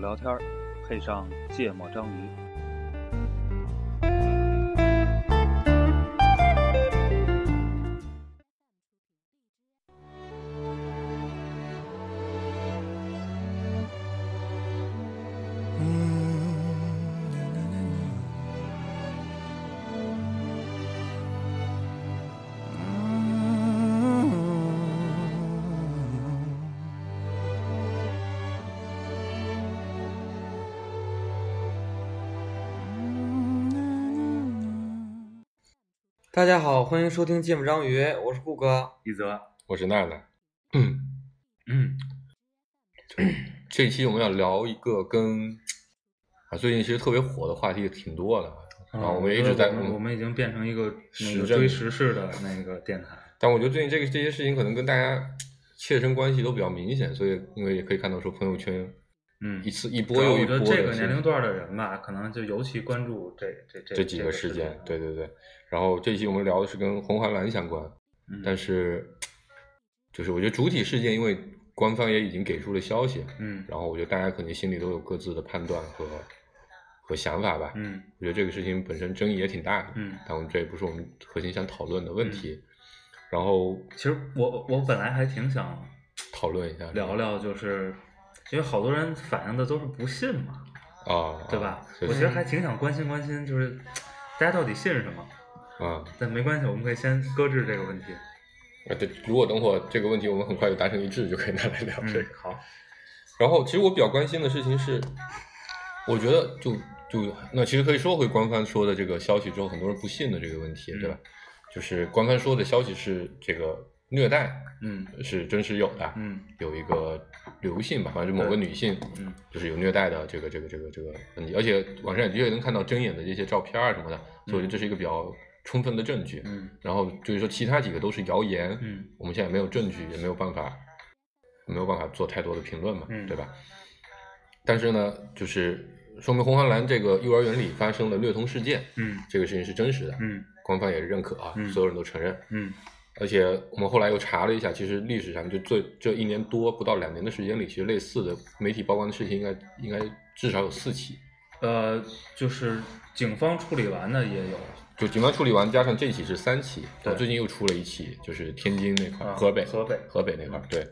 聊天，配上芥末章鱼。Mm-hmm. 大家好，欢迎收听《芥末章鱼》，我是顾哥。一泽，我是娜娜。嗯，嗯， 这期我们要聊一个跟啊最近其实特别火的话题挺多的，啊然后我们也一直在哦嗯我们我们已经变成一个那时个政追时事的那个电台，但我觉得最近这个这些事情可能跟大家切身关系都比较明显，所以因为也可以看到说朋友圈嗯一，次一波主要又我一波觉得的这个是年龄段的人吧，可能就尤其关注这这这这几个个事件，对情，对对。然后这一期我们聊的是跟红黄蓝相关，嗯但是就是我觉得主体事件，因为官方也已经给出了消息，嗯然后我觉得大家肯定心里都有各自的判断和和想法吧。嗯我觉得这个事情本身争议也挺大的，嗯，但我们这也不是我们核心想讨论的问题。然后其实我我本来还挺想讨论一下聊聊，就是因为好多人反映的都是不信嘛，啊，对吧？确我实其实还挺想关心关心，就是大家到底信什么？啊，但没关系，我们可以先搁置这个问题。啊对，如果等会儿这个问题我们很快就达成一致，就可以拿来聊这嗯个。，好，然后，其实我比较关心的事情是，我觉得就就那其实可以说回官方说的这个消息之后，很多人不信的这个问题，对嗯吧？就是官方说的消息是这个虐待嗯是真实有的，嗯有一个刘姓吧，反正就某个对女性，嗯就是有虐待的这个这个这个这个问题，而且网上也的确能看到睁眼的这些照片啊什么的，所以我觉得这是一个比较充分的证据。嗯然后就是说其他几个都是谣言，嗯我们现在没有证据，也没有办法，没有办法做太多的评论嘛，嗯对吧？但是呢，就是说明红黄蓝这个幼儿园里发生的虐童事件，嗯这个事情是真实的，嗯官方也认可啊，嗯所有人都承认。嗯而且我们后来又查了一下，其实历史上就最这一年多不到两年的时间里，其实类似的媒体曝光的事情应该应该至少有四起。呃，就是警方处理完的也有，就警方处理完，加上这一起是三起，对我最近又出了一起，就是天津那块儿、啊河北、河北河北那块儿，对。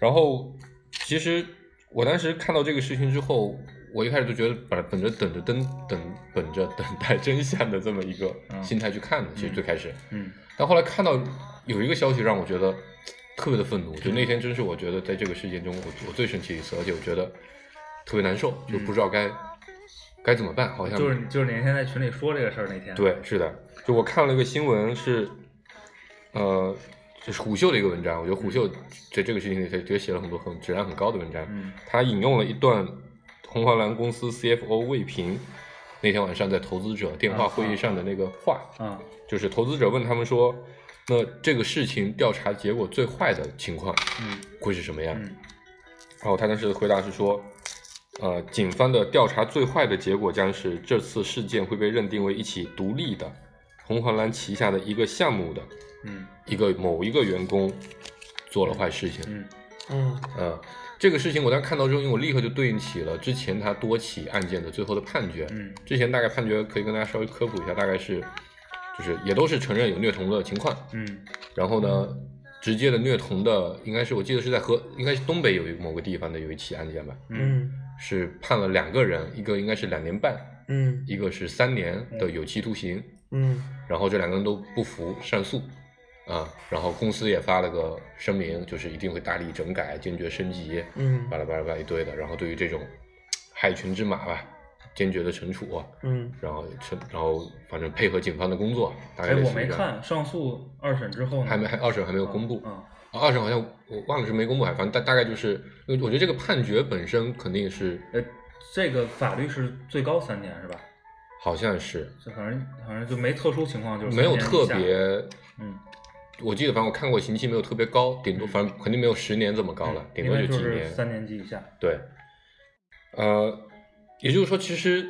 然后其实我当时看到这个事情之后，我一开始就觉得本本着等着等等本着等待真相的这么一个嗯心态去看的，其实最开始，嗯但后来看到有一个消息让我觉得特别的愤怒，就那天真是我觉得在这个事件中我我最生气一次，而且我觉得特别难受，就不知道该、该怎么办，好像嗯就是你就是你那天在群里说这个事儿那天，，对，是的，就我看了一个新闻是，呃，就是虎嗅的一个文章，我觉得虎嗅在这个事情里他也写了很多很质量很高的文章，嗯他引用了一段红黄蓝公司 CFO 魏平那天晚上在投资者电话会议上的那个话，啊就是投资者问他们说，那这个事情调查结果最坏的情况嗯会是什么样？嗯然后他当时的回答是说，呃，警方的调查最坏的结果将是这次事件会被认定为一起独立的红黄蓝旗下的一个项目的嗯一个某一个员工做了坏事情。嗯嗯嗯，这个事情我当时看到之后，因为我立刻就对应起了之前他多起案件的最后的判决。嗯之前大概判决可以跟大家稍微科普一下，大概是就是也都是承认有虐童的情况，嗯然后呢，直接的虐童的应该是我记得是在河，应该是东北有一某个地方的有一起案件吧，嗯是判了两个人，一个应该是两年半，嗯一个是三年的有期徒刑，嗯然后这两个人都不服上诉，啊，然后公司也发了个声明，就是一定会大力整改，坚决升级，嗯巴拉巴拉巴拉一堆的，然后对于这种害群之马吧，坚决的惩处啊，嗯然后惩，然后反正配合警方的工作，大概哎，类似我于没这样，看上诉二审之后呢，还没还二审还没有公布，啊，啊二审好像我忘了是没公布还，反正大大概就是，因为我觉得这个判决本身肯定是呃，这个法律是最高三年是吧？好像是。就反正好像就没特殊情况，就是没有三年特以下，别，嗯，我记得反正我看过刑期没有特别高，顶多反正肯定没有十年这么高了，顶嗯应多该就几是年。三年级以下，对，呃，也就是说，其实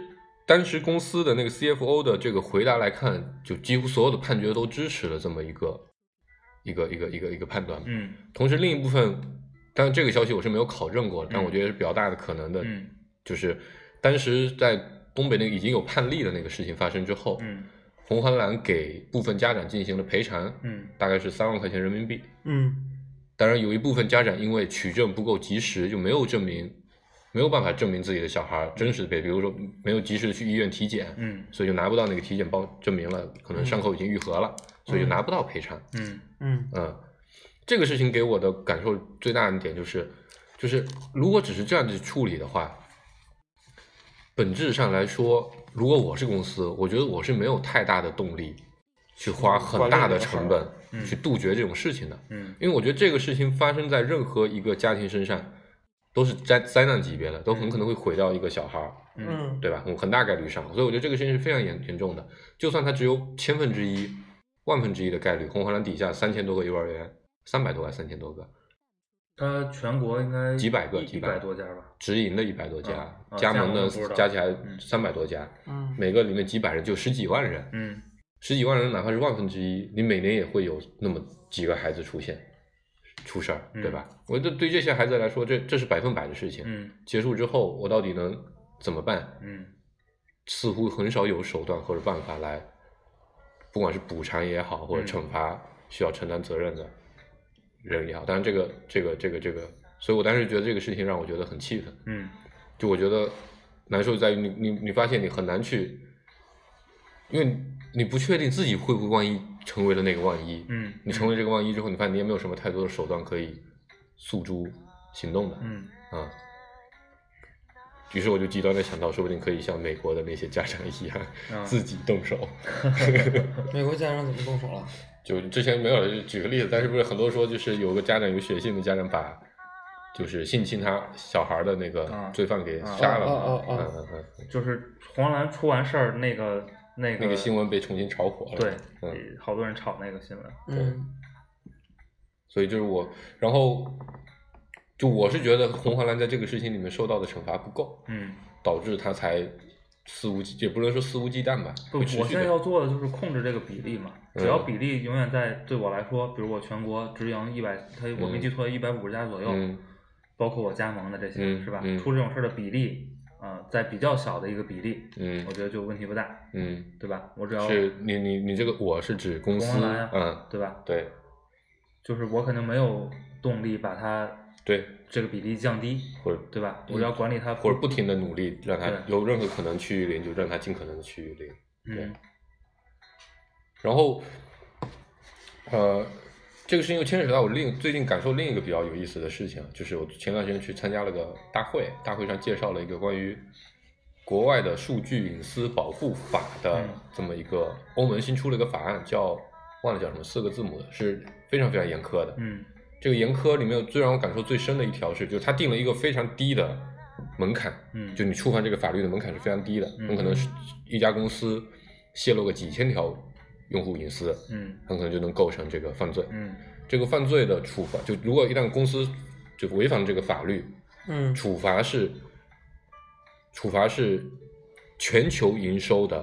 当时公司的那个 CFO 的这个回答来看，就几乎所有的判决都支持了这么一个一个一个一个一个判断。嗯同时，另一部分，但这个消息我是没有考证过，但我觉得是比较大的可能的，嗯就是当时在东北那个已经有判例的那个事情发生之后，嗯红黄蓝给部分家长进行了赔偿，嗯大概是三万块钱人民币。嗯当然，有一部分家长因为取证不够及时，就没有证明，没有办法证明自己的小孩真实被，比如说没有及时的去医院体检，嗯所以就拿不到那个体检报证明了，可能伤口已经愈合了，所以就拿不到赔偿。嗯嗯嗯，这个事情给我的感受最大的一点就是，就是如果只是这样去处理的话，本质上来说，如果我是公司，我觉得我是没有太大的动力去花很大的成本嗯去杜绝这种事情的，嗯因为我觉得这个事情发生在任何一个家庭身上。都是灾灾难级别的，都很可能会毁掉一个小孩儿，嗯对吧？很很大概率上，所以我觉得这个事情是非常严严重的。就算它只有千分之一、万分之一的概率，红黄蓝底下三千多个幼儿园，三百多还三千多个，他全国应该几百个一几一百百多家吧？直营的一百多家，啊啊加盟加盟的我不知道加起来嗯三百多家，嗯每个里面几百人，就十几万人，嗯十几万人哪怕是万分之一，你每年也会有那么几个孩子出现出事儿，嗯对吧？我觉得对这些孩子来说，这这是百分百的事情。嗯结束之后，我到底能怎么办？嗯似乎很少有手段或者办法来，不管是补偿也好，或者惩罚需要承担责任的人也好。当然，这个这个这个这个，所以我当时觉得这个事情让我觉得很气愤。嗯就我觉得难受在于你你你发现你很难去，因为你不确定自己会不会万一成为了那个万一。嗯，你成为这个万一之后，你发现你也没有什么太多的手段可以诉诸行动的。嗯啊。于是我就极端的想到，说不定可以像美国的那些家长一样，啊自己动手。美国家长怎么动手了？就之前没有举个例子，但是不是很多说，就是有个家长有血性的家长把就是性侵他小孩的那个啊罪犯给杀了哦嘛，哦嗯哦嗯嗯，嗯就是黄蓝出完事儿那个那个那个新闻被重新炒火了。对，嗯，好多人炒那个新闻。嗯所以就是我，然后就我是觉得红黄蓝在这个事情里面受到的惩罚不够，嗯，导致他才肆无忌，也不能说肆无忌惮吧，不，会持我续现在地要做的就是控制这个比例嘛。嗯只要比例永远在，对我来说，比如我全国直营一百，他我没嗯记错，一百五十家左右，嗯包括我加盟的这些，嗯是吧？嗯出这种事儿的比例，呃，在比较小的一个比例，嗯我觉得就问题不大，嗯。对吧？我只要是你你你这个我是指公司，公安啊呀嗯，对吧？对就是我肯定没有动力把它对，这个比例降低，或者对吧？嗯我要管理它，或者不停的努力让它对有任何可能去域零，就让它尽可能的去域零。嗯然后，呃，这个事情又牵扯到我另最近感受另一个比较有意思的事情，啊就是我前段时间去参加了个大会，大会上介绍了一个关于国外的数据隐私保护法的嗯这么一个欧盟新出了一个法案，叫忘了叫什么四个字母的，是非常非常严苛的，嗯这个严苛里面有最让我感受最深的一条是，就是他定了一个非常低的门槛，嗯，就你触犯这个法律的门槛是非常低的，嗯很可能是一家公司泄露个几千条用户隐私，嗯很可能就能构成这个犯罪。嗯这个犯罪的处罚，就如果一旦公司就违反这个法律，嗯处罚是处罚是全球营收的，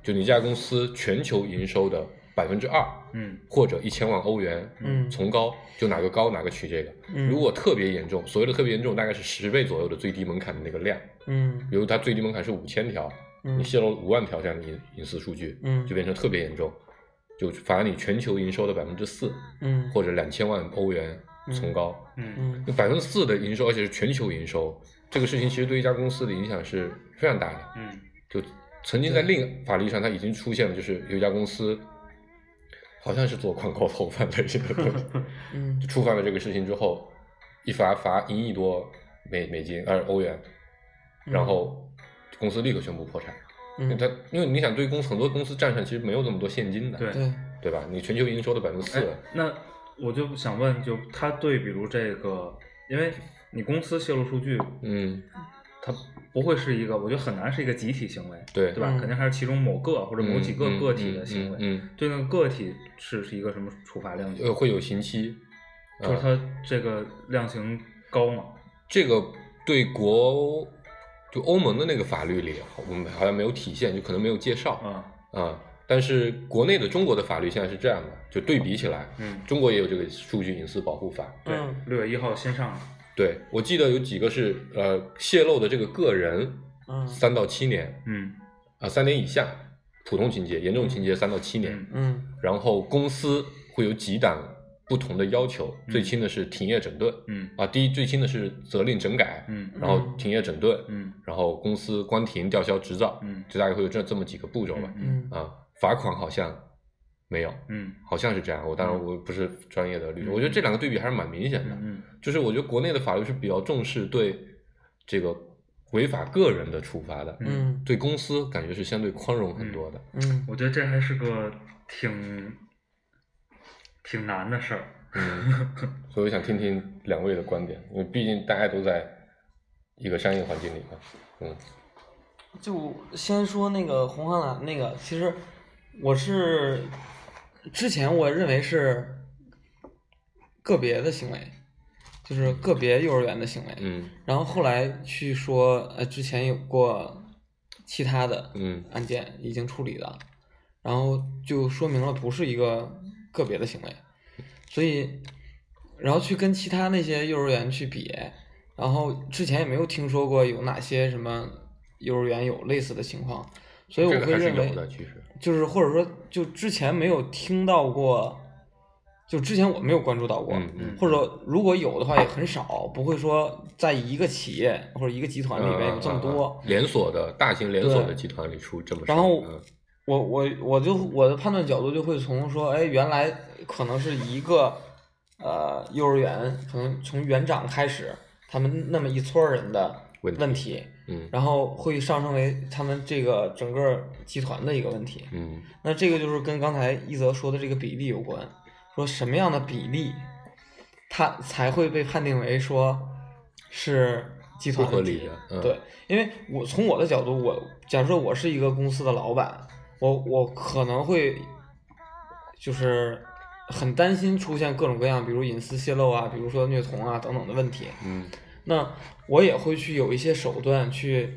就你这家公司全球营收的百分之二嗯或者一千万欧元，嗯从高就哪个高哪个取这个。嗯如果特别严重，所谓的特别严重，大概是十倍左右的最低门槛的那个量。嗯比如它最低门槛是五千条，嗯你泄露五万条这样的隐隐私数据，嗯就变成特别严重，就罚你全球营收的百分之四嗯或者两千万欧元从高。嗯嗯百分之四的营收，而且是全球营收，这个事情其实对一家公司的影响是非常大的。嗯就曾经在另法律上，它已经出现了，就是有一家公司好像是做广告投放类型的东西，嗯就触犯了这个事情之后，一罚罚一亿多美美金呃欧元，嗯然后公司立刻宣布破产。因为嗯它因为你想，对公司很多公司账上其实没有这么多现金的，对对对吧？你全球营收的百分之哎四，那我就想问，就他对比如这个，因为你公司泄露数据，嗯，它不会是一个，我觉得很难是一个集体行为，对对吧？嗯肯定还是其中某个或者某几个嗯个体嗯的行为，嗯，对那个个体是是一个什么处罚量嗯级？呃，会有刑期，呃就是它这个量刑高嘛？这个对国就欧盟的那个法律里，我们好像没有体现，就可能没有介绍啊、啊，但是国内的中国的法律现在是这样的，就对比起来，嗯，中国也有这个数据隐私保护法，对嗯，六月一号新上的，对我记得有几个是呃泄露的这个个人嗯三到七年嗯啊三、年以下，普通情节、严重情节三到七年，嗯嗯然后公司会有几档不同的要求，嗯最轻的是停业整顿嗯啊，第一最轻的是责令整改，嗯然后停业整顿，嗯然后公司关停、吊销执照，嗯就大概会有这这么几个步骤吧。嗯啊，罚款好像没有，嗯好像是这样。我当然我不是专业的律师，嗯我觉得这两个对比还是蛮明显的。嗯就是我觉得国内的法律是比较重视对这个违法个人的处罚的，嗯对公司感觉是相对宽容 很多的。嗯，我觉得这还是个挺挺难的事儿。嗯，所以我想听听两位的观点，因为毕竟大家都在一个商业环境里嘛。嗯就先说那个红黄蓝那个，其实我是之前我认为是个别的行为，就是个别幼儿园的行为，嗯然后后来去说，呃，之前有过其他的嗯案件已经处理的，然后就说明了不是一个个别的行为，所以，然后去跟其他那些幼儿园去比，然后之前也没有听说过有哪些什么幼儿园有类似的情况，所以我这个会还是认为有的，其实。就是或者说就之前没有听到过，就之前我没有关注到过，嗯嗯或者如果有的话也很少，不会说在一个企业或者一个集团里面有这么多。嗯嗯嗯连锁的大型连锁的对集团里出这么少，然后嗯我我我就我的判断角度就会从说，哎，原来可能是一个呃幼儿园，可能从园长开始，他们那么一撮儿人的问题问题，嗯然后会上升为他们这个整个集团的一个问题。嗯那这个就是跟刚才一泽说的这个比例有关，说什么样的比例，它才会被判定为说是集团不合问题理的嗯对，因为我从我的角度，我假如说我是一个公司的老板，我我可能会就是很担心出现各种各样，比如隐私泄露啊，比如说虐童啊等等的问题。嗯那我也会去有一些手段去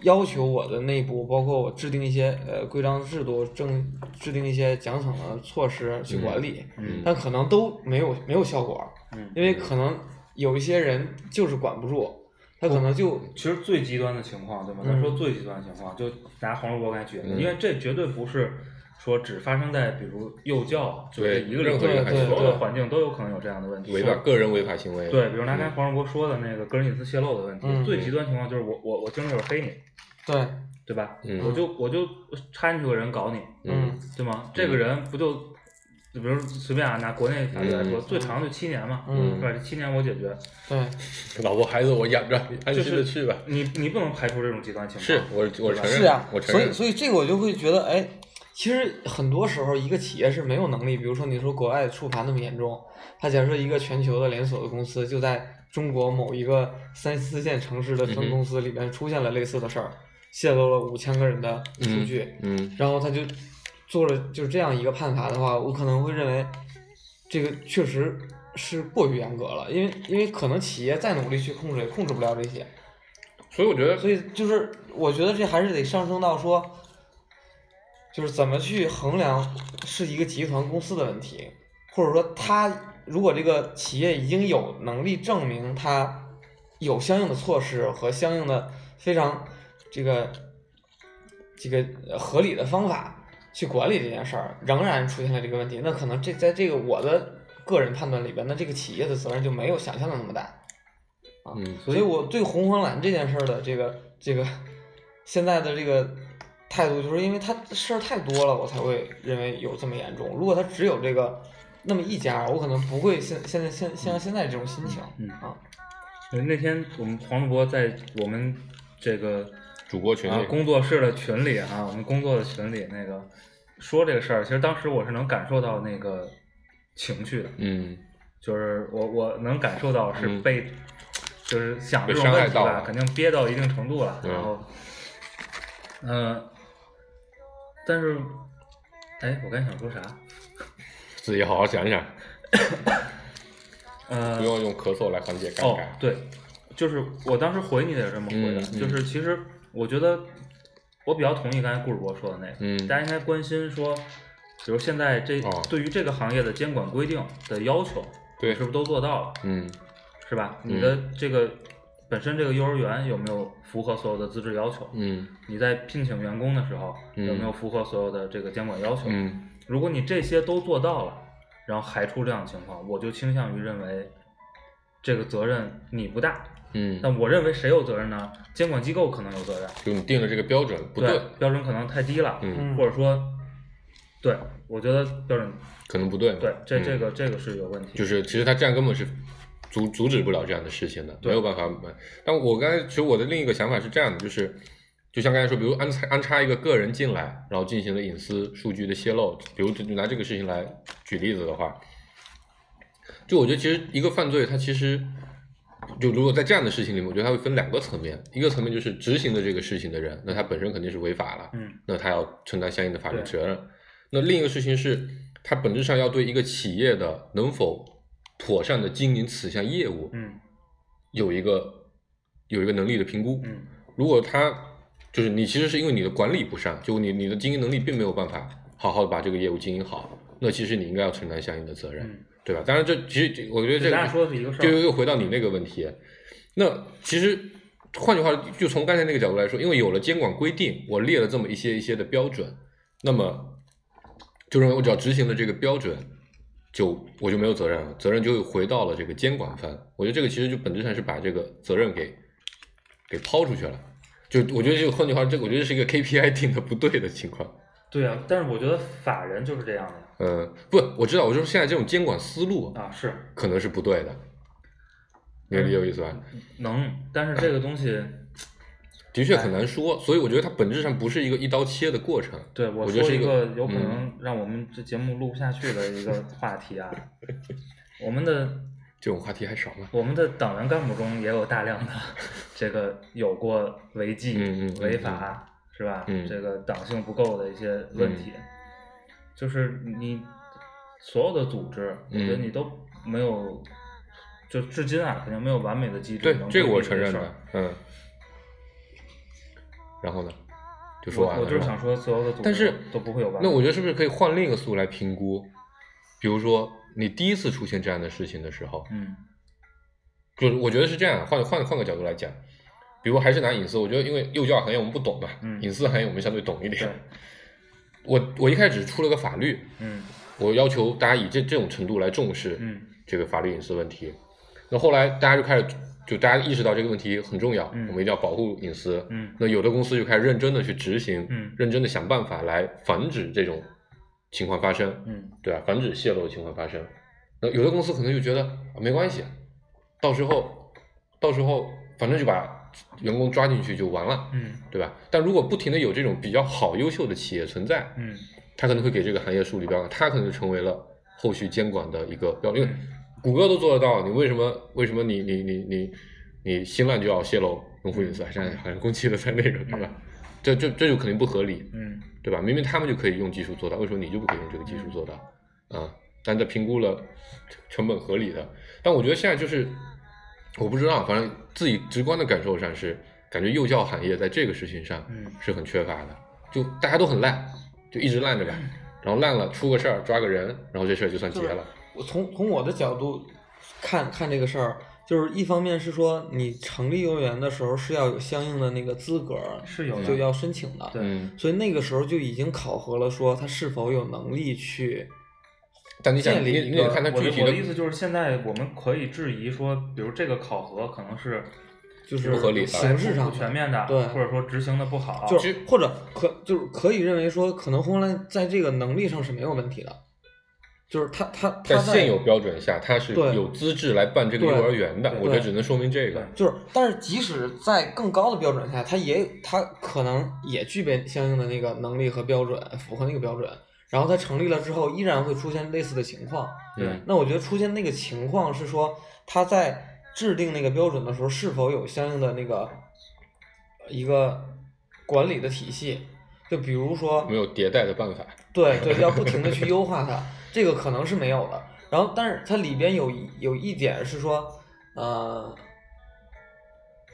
要求我的内部，包括我制定一些呃规章制度，政制定一些奖惩的措施去管理，嗯但可能都没有没有效果，嗯，因为可能有一些人就是管不住，他可能就其实最极端的情况，对吗？咱嗯说最极端的情况，就拿红萝卜来举例，嗯因为这绝对不是说只发生在比如幼教，就对是一个领任何一个域，孩子所有对的环境都有可能有这样的问题。违法个人违法行为，对，比如嗯拿刚才黄世博说的那个个人隐私泄露的问题，嗯最极端情况就是我我我今儿就是黑你，对，对吧？嗯我就我就插进去个人搞你，嗯对吗？这个人不就，比如随便啊，拿国内法律来说，嗯最长就七年嘛，嗯对吧？这七年我解决，对，老婆孩子我养着，安心就的是去吧。你你不能排除这种极端情况。是我我承认，是啊我，承所以认，所以这个我就会觉得，哎，其实很多时候一个企业是没有能力，比如说你说国外处罚那么严重，它假设一个全球的连锁的公司就在中国某一个三四线城市的嗯哼分公司里面出现了类似的事儿，泄露了五千个人的数据，嗯然后他就做了就是这样一个判罚的话，我可能会认为这个确实是过于严格了，因为因为可能企业再努力去控制也控制不了这些。所以我觉得所以就是我觉得这还是得上升到说，就是怎么去衡量是一个集团公司的问题，或者说他如果这个企业已经有能力证明他有相应的措施和相应的非常这个这个呃合理的方法去管理这件事儿，仍然出现了这个问题，那可能这在这个我的个人判断里边，那这个企业的责任就没有想象的那么大。嗯所以我对红黄蓝这件事儿的这个这个现在的这个态度，就是因为它事儿太多了，我才会认为有这么严重。如果它只有这个那么一家，我可能不会现现在现现在现在这种心情。嗯啊，呃那天我们黄世博在我们这个主播群啊里，工作室的群里啊，我们工作的群里那个说这个事儿，其实当时我是能感受到那个情绪的，嗯就是我我能感受到是嗯被，就是想被这种伤害问题到吧了，肯定憋到一定程度了，嗯然后，嗯、但是，哎，我刚才想说啥？自己好好想想，呃不，用用咳嗽来缓解尴嗯哦尬，。对，就是我当时回你也是这么回的，嗯嗯就是其实我觉得我比较同意刚才顾主播说的那个，嗯大家应该关心说，比如现在这、哦对于这个行业的监管规定的要求，对是不是都做到了？嗯是吧？你的这个本身这个幼儿园有没有符合所有的资质要求？嗯你在聘请员工的时候嗯有没有符合所有的这个监管要求？嗯如果你这些都做到了，然后还出这样的情况，我就倾向于认为这个责任你不大。嗯，但我认为谁有责任呢？监管机构可能有责任，就你定的这个标准不对，标准可能太低了，嗯，嗯或者说，对我觉得标准可能不对，对这、嗯这个这个是有问题，就是其实他这样根本是阻阻止不了这样的事情的，对没有办法。嗯但我刚才其实我的另一个想法是这样的，就是就像刚才说，比如安插安插一个个人进来，然后进行了隐私数据的泄露，比如就拿这个事情来举例子的话，就我觉得其实一个犯罪它其实。就如果在这样的事情里面，我觉得它会分两个层面，一个层面就是执行的这个事情的人，那他本身肯定是违法了，嗯那他要承担相应的法律对责任。那另一个事情是，他本质上要对一个企业的能否妥善的经营此项业务嗯有一个有一个能力的评估。嗯如果他就是你，其实是因为你的管理不善，就你你的经营能力并没有办法好好的把这个业务经营好，那其实你应该要承担相应的责任，嗯，对吧？当然这，其实这我觉得这咱个俩说的是一个事就又儿，又回到你那个问题，那其实换句话，就从刚才那个角度来说，因为有了监管规定，我列了这么一些一些的标准，那么就认为我只要执行了这个标准，就我就没有责任了，责任就回到了这个监管方。我觉得这个其实就本质上是把这个责任给给抛出去了。就我觉得这个换句话，这个我觉得是一个 KPI 定的不对的情况。对啊，但是我觉得法人就是这样的呀，嗯，不，我知道，我就说现在这种监管思路啊是可能是不对的，你理解我意思吧？能，但是这个东西，的确很哎难说，所以我觉得它本质上不是一个一刀切的过程。对我我觉说得是一一个个有嗯可能让我们这节目录不下去的一个话题 啊，我们的这种话题还少吗？我们的党员干部中也有 大量的这个有过违纪、嗯嗯嗯违法，是吧？嗯这个党性不够的一些问题，就是你所有的组织，我觉得嗯你都没有，就至今啊，肯定没有完美的机制对能，这个规我避承认事儿的。，嗯。然后呢，就说完我了。我就是吧想说，所有的组织但是都不会有完美。那我觉得是不是可以换另一个思路来评估？比如说，你第一次出现这样的事情的时候，嗯就是我觉得是这样，换换换个角度来讲，比如还是拿隐私，我觉得因为幼教行业我们不懂嘛，嗯隐私行业我们相对懂一对点。我我一开始出了个法律，嗯我要求大家以这这种程度来重视，嗯这个法律隐私问题。那后来大家就开始，就大家意识到这个问题很重要，嗯我们一定要保护隐私。嗯那有的公司就开始认真的去执行，嗯认真的想办法来防止这种情况发生，嗯对吧、防止泄露的情况发生。那有的公司可能就觉得、啊、没关系，到时候到时候反正就把员工抓进去就完了，嗯对吧？但如果不停的有这种比较好优秀的企业存在，嗯它可能会给这个行业树立标杆，它可能就成为了后续监管的一个标嗯准。因为谷歌都做得到，你为什么为什么你你你你你新浪就要泄露用户隐私？好像好像攻击了在那个对吧？这这这就肯定不合理，嗯对吧？明明他们就可以用技术做到，为什么你就不可以用这个技术做到？啊，但在评估了成本合理的，但我觉得现在就是我不知道，反正自己直观的感受上是，感觉幼教行业在这个事情上，嗯是很缺乏的，就大家都很烂，就一直烂着吧，嗯然后烂了出个事儿抓个人，然后这事儿就算结了，我从从我的角度看看这个事儿，就是一方面是说你成立幼儿园的时候是要有相应的那个资格，是有的就要申请的，对嗯，所以那个时候就已经考核了，说他是否有能力去，但你想建你立一你个得看它我具的体我的意思就是，现在我们可以质疑说，比如这个考核可能是就是不合理的形式上不全面的，的对或者说执行的不好，就其是实或者可就是可以认为说，可能红蓝在这个能力上是没有问题的，就是他他他在现有标准下，它是对有资质来办这个对幼儿园的，对我觉得只能说明这个，就是，但是即使在更高的标准下，他也他可能也具备相应的那个能力和标准，符合那个标准。然后他成立了之后，依然会出现类似的情况。对嗯那我觉得出现那个情况是说，他在制定那个标准的时候，是否有相应的那个呃一个管理的体系？就比如说，没有迭代的办法，对对，要不停的去优化它，这个可能是没有的。然后，但是它里边有一有一点是说，呃，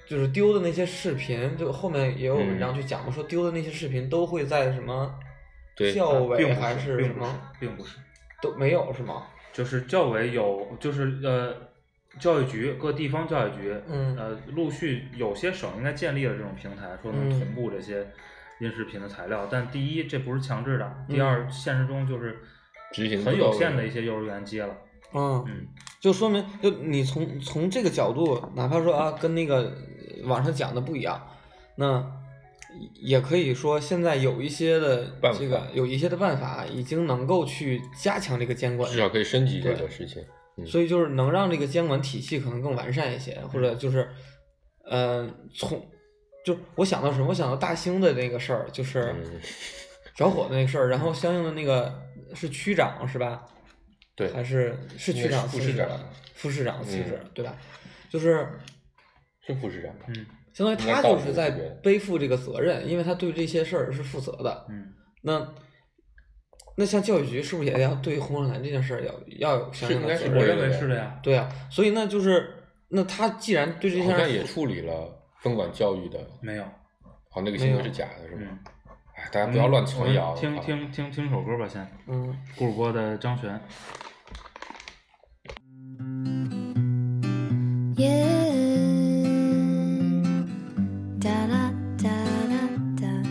就是丢的那些视频，就后面也有文嗯章去讲嘛，说丢的那些视频都会在什么对校委并不还什是，并不是么，并不是，都没有是吗？就是教委有，就是呃，教育局各地方教育局，嗯呃，陆续有些省应该建立了这种平台，说嗯能同步这些音视频的材料。但第一，这不是强制的；嗯第二，现实中就是执行不到很位有限的一些幼儿园接了，嗯，嗯，就说明就你从从这个角度，哪怕说啊跟那个网上讲的不一样，那也可以说现在有一些的办法这个有一些的办法啊已经能够去加强这个监管至，少可以升级这对个事情。所以就是能让这个监管体系可能更完善一些，或者就是，呃，从就我想到什么，我想到大兴的那个事儿，就是嗯着火的那个事儿，然后相应的那个是区长是吧？对，还是是区长副辞市职长了副市长辞嗯职，对吧？就是是副市长吧？嗯相当于应该他告就诉是这在个人背负这个责任，因为他对这些事儿是负责的。嗯，那那像教育局是不是也要对红黄蓝这件事儿要要有相是应应该的责是我对任？认为是的呀，对啊，所以那就是那他既然对这件好事儿像也处理了分管教育的，没有，好，那个新没有闻是假的，是吗嗯？哎，大家不要乱我传们谣。听好吧听听听首歌吧，先，嗯，顾主播的张悬，耶，哒啦哒啦哒。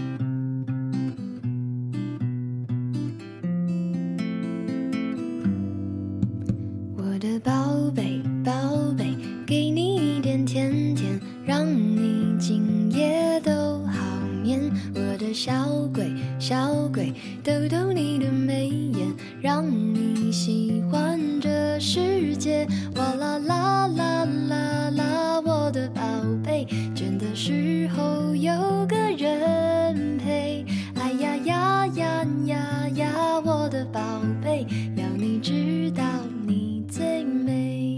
我的宝贝，宝贝，给你一点甜甜，让你今夜都好眠。我的小鬼，小鬼，逗逗你的眉眼，让你喜欢这世界。哇啦啦啦啦啦，我的宝贝，倦的时候有个人陪。哎呀呀呀呀呀，我的宝贝，要你知道你最美。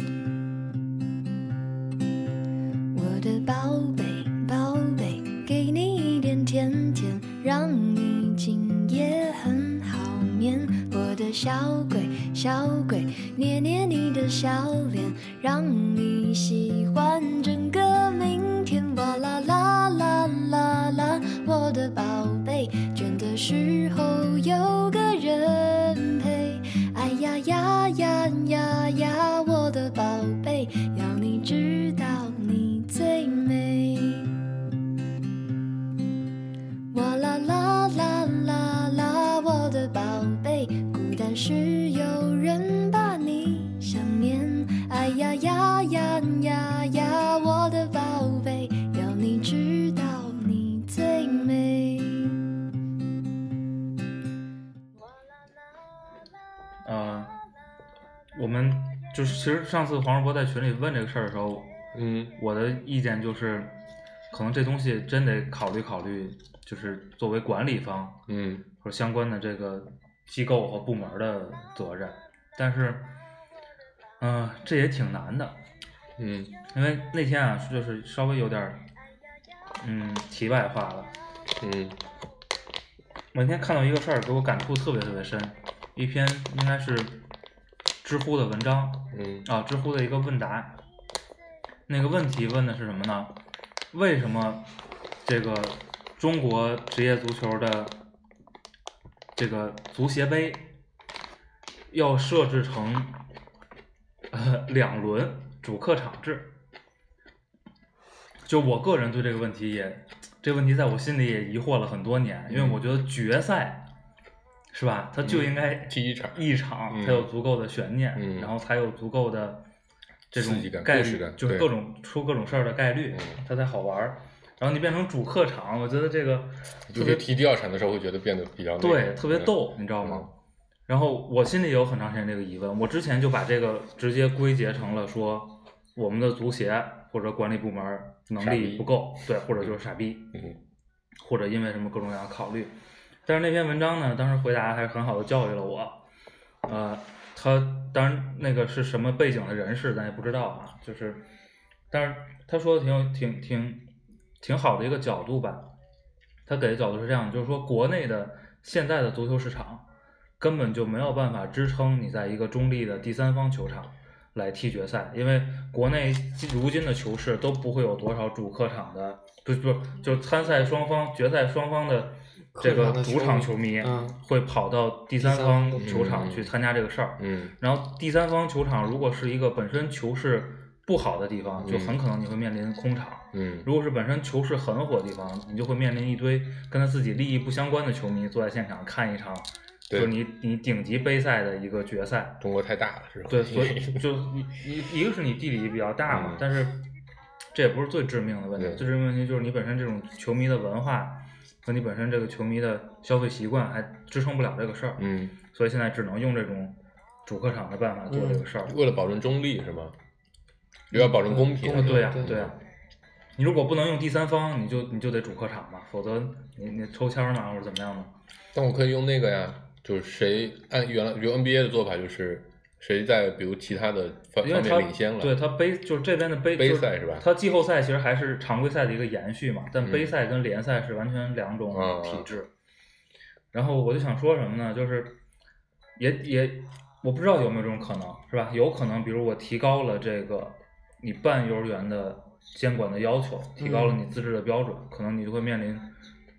我的宝贝，宝贝，给你一点甜甜，让你今夜很好眠。我的小鬼，小鬼，捏捏你的小脸，让你喜欢整个明天。哇啦啦啦啦啦，我的宝贝，倦的时候有个人陪。哎呀呀呀呀呀，我的宝贝，要你知道你最美。哇啦啦啦啦啦，我的宝贝，孤单时有人把你想念。哎呀呀呀呀呀，我的宝贝，要你知道你最美。呃，我们就是其实上次黄世博在群里问这个事儿的时候，嗯，我的意见就是，可能这东西真得考虑考虑，就是作为管理方嗯，和相关的这个机构和部门的责任，但是，嗯、这也挺难的，嗯，因为那天啊，就是稍微有点儿，嗯，题外话了。嗯，我那天看到一个事儿，给我感触特别特别深，一篇应该是知乎的文章，嗯，啊，知乎的一个问答，那个问题问的是什么呢？为什么这个中国职业足球的这个足协杯要设置成呃两轮主客场制？就我个人对这个问题也，这个问题在我心里也疑惑了很多年，因为我觉得决赛是吧，它就应该踢一场一场嗯才有足够的悬念，嗯然后才有足够的这种刺激感概故率事，感就是对各种出各种事儿的概率，嗯它才好玩儿。然后你变成主客场，我觉得这个特就别是踢第二场的时候会觉得变得比较那个对，特别嗯逗，你知道吗？然后我心里也有很长时间这个疑问，我之前就把这个直接归结成了说我们的足协或者管理部门儿能傻力逼不够，对，或者就是傻逼，嗯或者因为什么各种各样的考虑。但是那篇文章呢，当时回答还是很好的教育了我。呃，他当然那个是什么背景的人士，咱也不知道啊。就是，但是他说的挺有挺挺挺好的一个角度吧。他给的角度是这样，就是说国内的现在的足球市场根本就没有办法支撑你在一个中立的第三方球场来踢决赛，因为国内如今的球市都不会有多少主客场的，不是不是，就是参赛双方、决赛双方的这客个场的主球场迷球迷嗯会跑到第三第三方方球场嗯去参加这个事儿。嗯然后第三方球场如果是一个本身球市不好的地方，就嗯很可能你会面临空场。嗯如果是本身球市很火的地方，你就会面临一堆跟他自己利益不相关的球迷坐在现场看一场，对就你你顶级杯赛的一个决赛。中国太大了，是吧？ 对，所以就你一一个是你地理比较大嘛，嗯但是这也不是最致命的问题，对最致命的问题就是你本身这种球迷的文化和你本身这个球迷的消费习惯还支撑不了这个事儿，嗯，所以现在只能用这种主客场的办法做这个事儿。为了保证中立是吗？又要保证公平，啊，对呀、对对呀、你如果不能用第三方，你就你就得主客场嘛，否则你你抽签儿嘛或者怎么样的。但我可以用那个呀，就是谁按原来比如 NBA 的做法，就是谁在比如其他的方因为方他面领先了，对他杯就是这边的杯杯就是赛是吧他季后赛其实还是常规赛的一个延续嘛，但杯赛跟联赛是完全两种嗯体制。然后我就想说什么呢？就是也也我不知道有没有这种可能，是吧？有可能，比如我提高了这个你办幼儿园的监管的要求，提嗯高了你资质的标准，可能你就会面临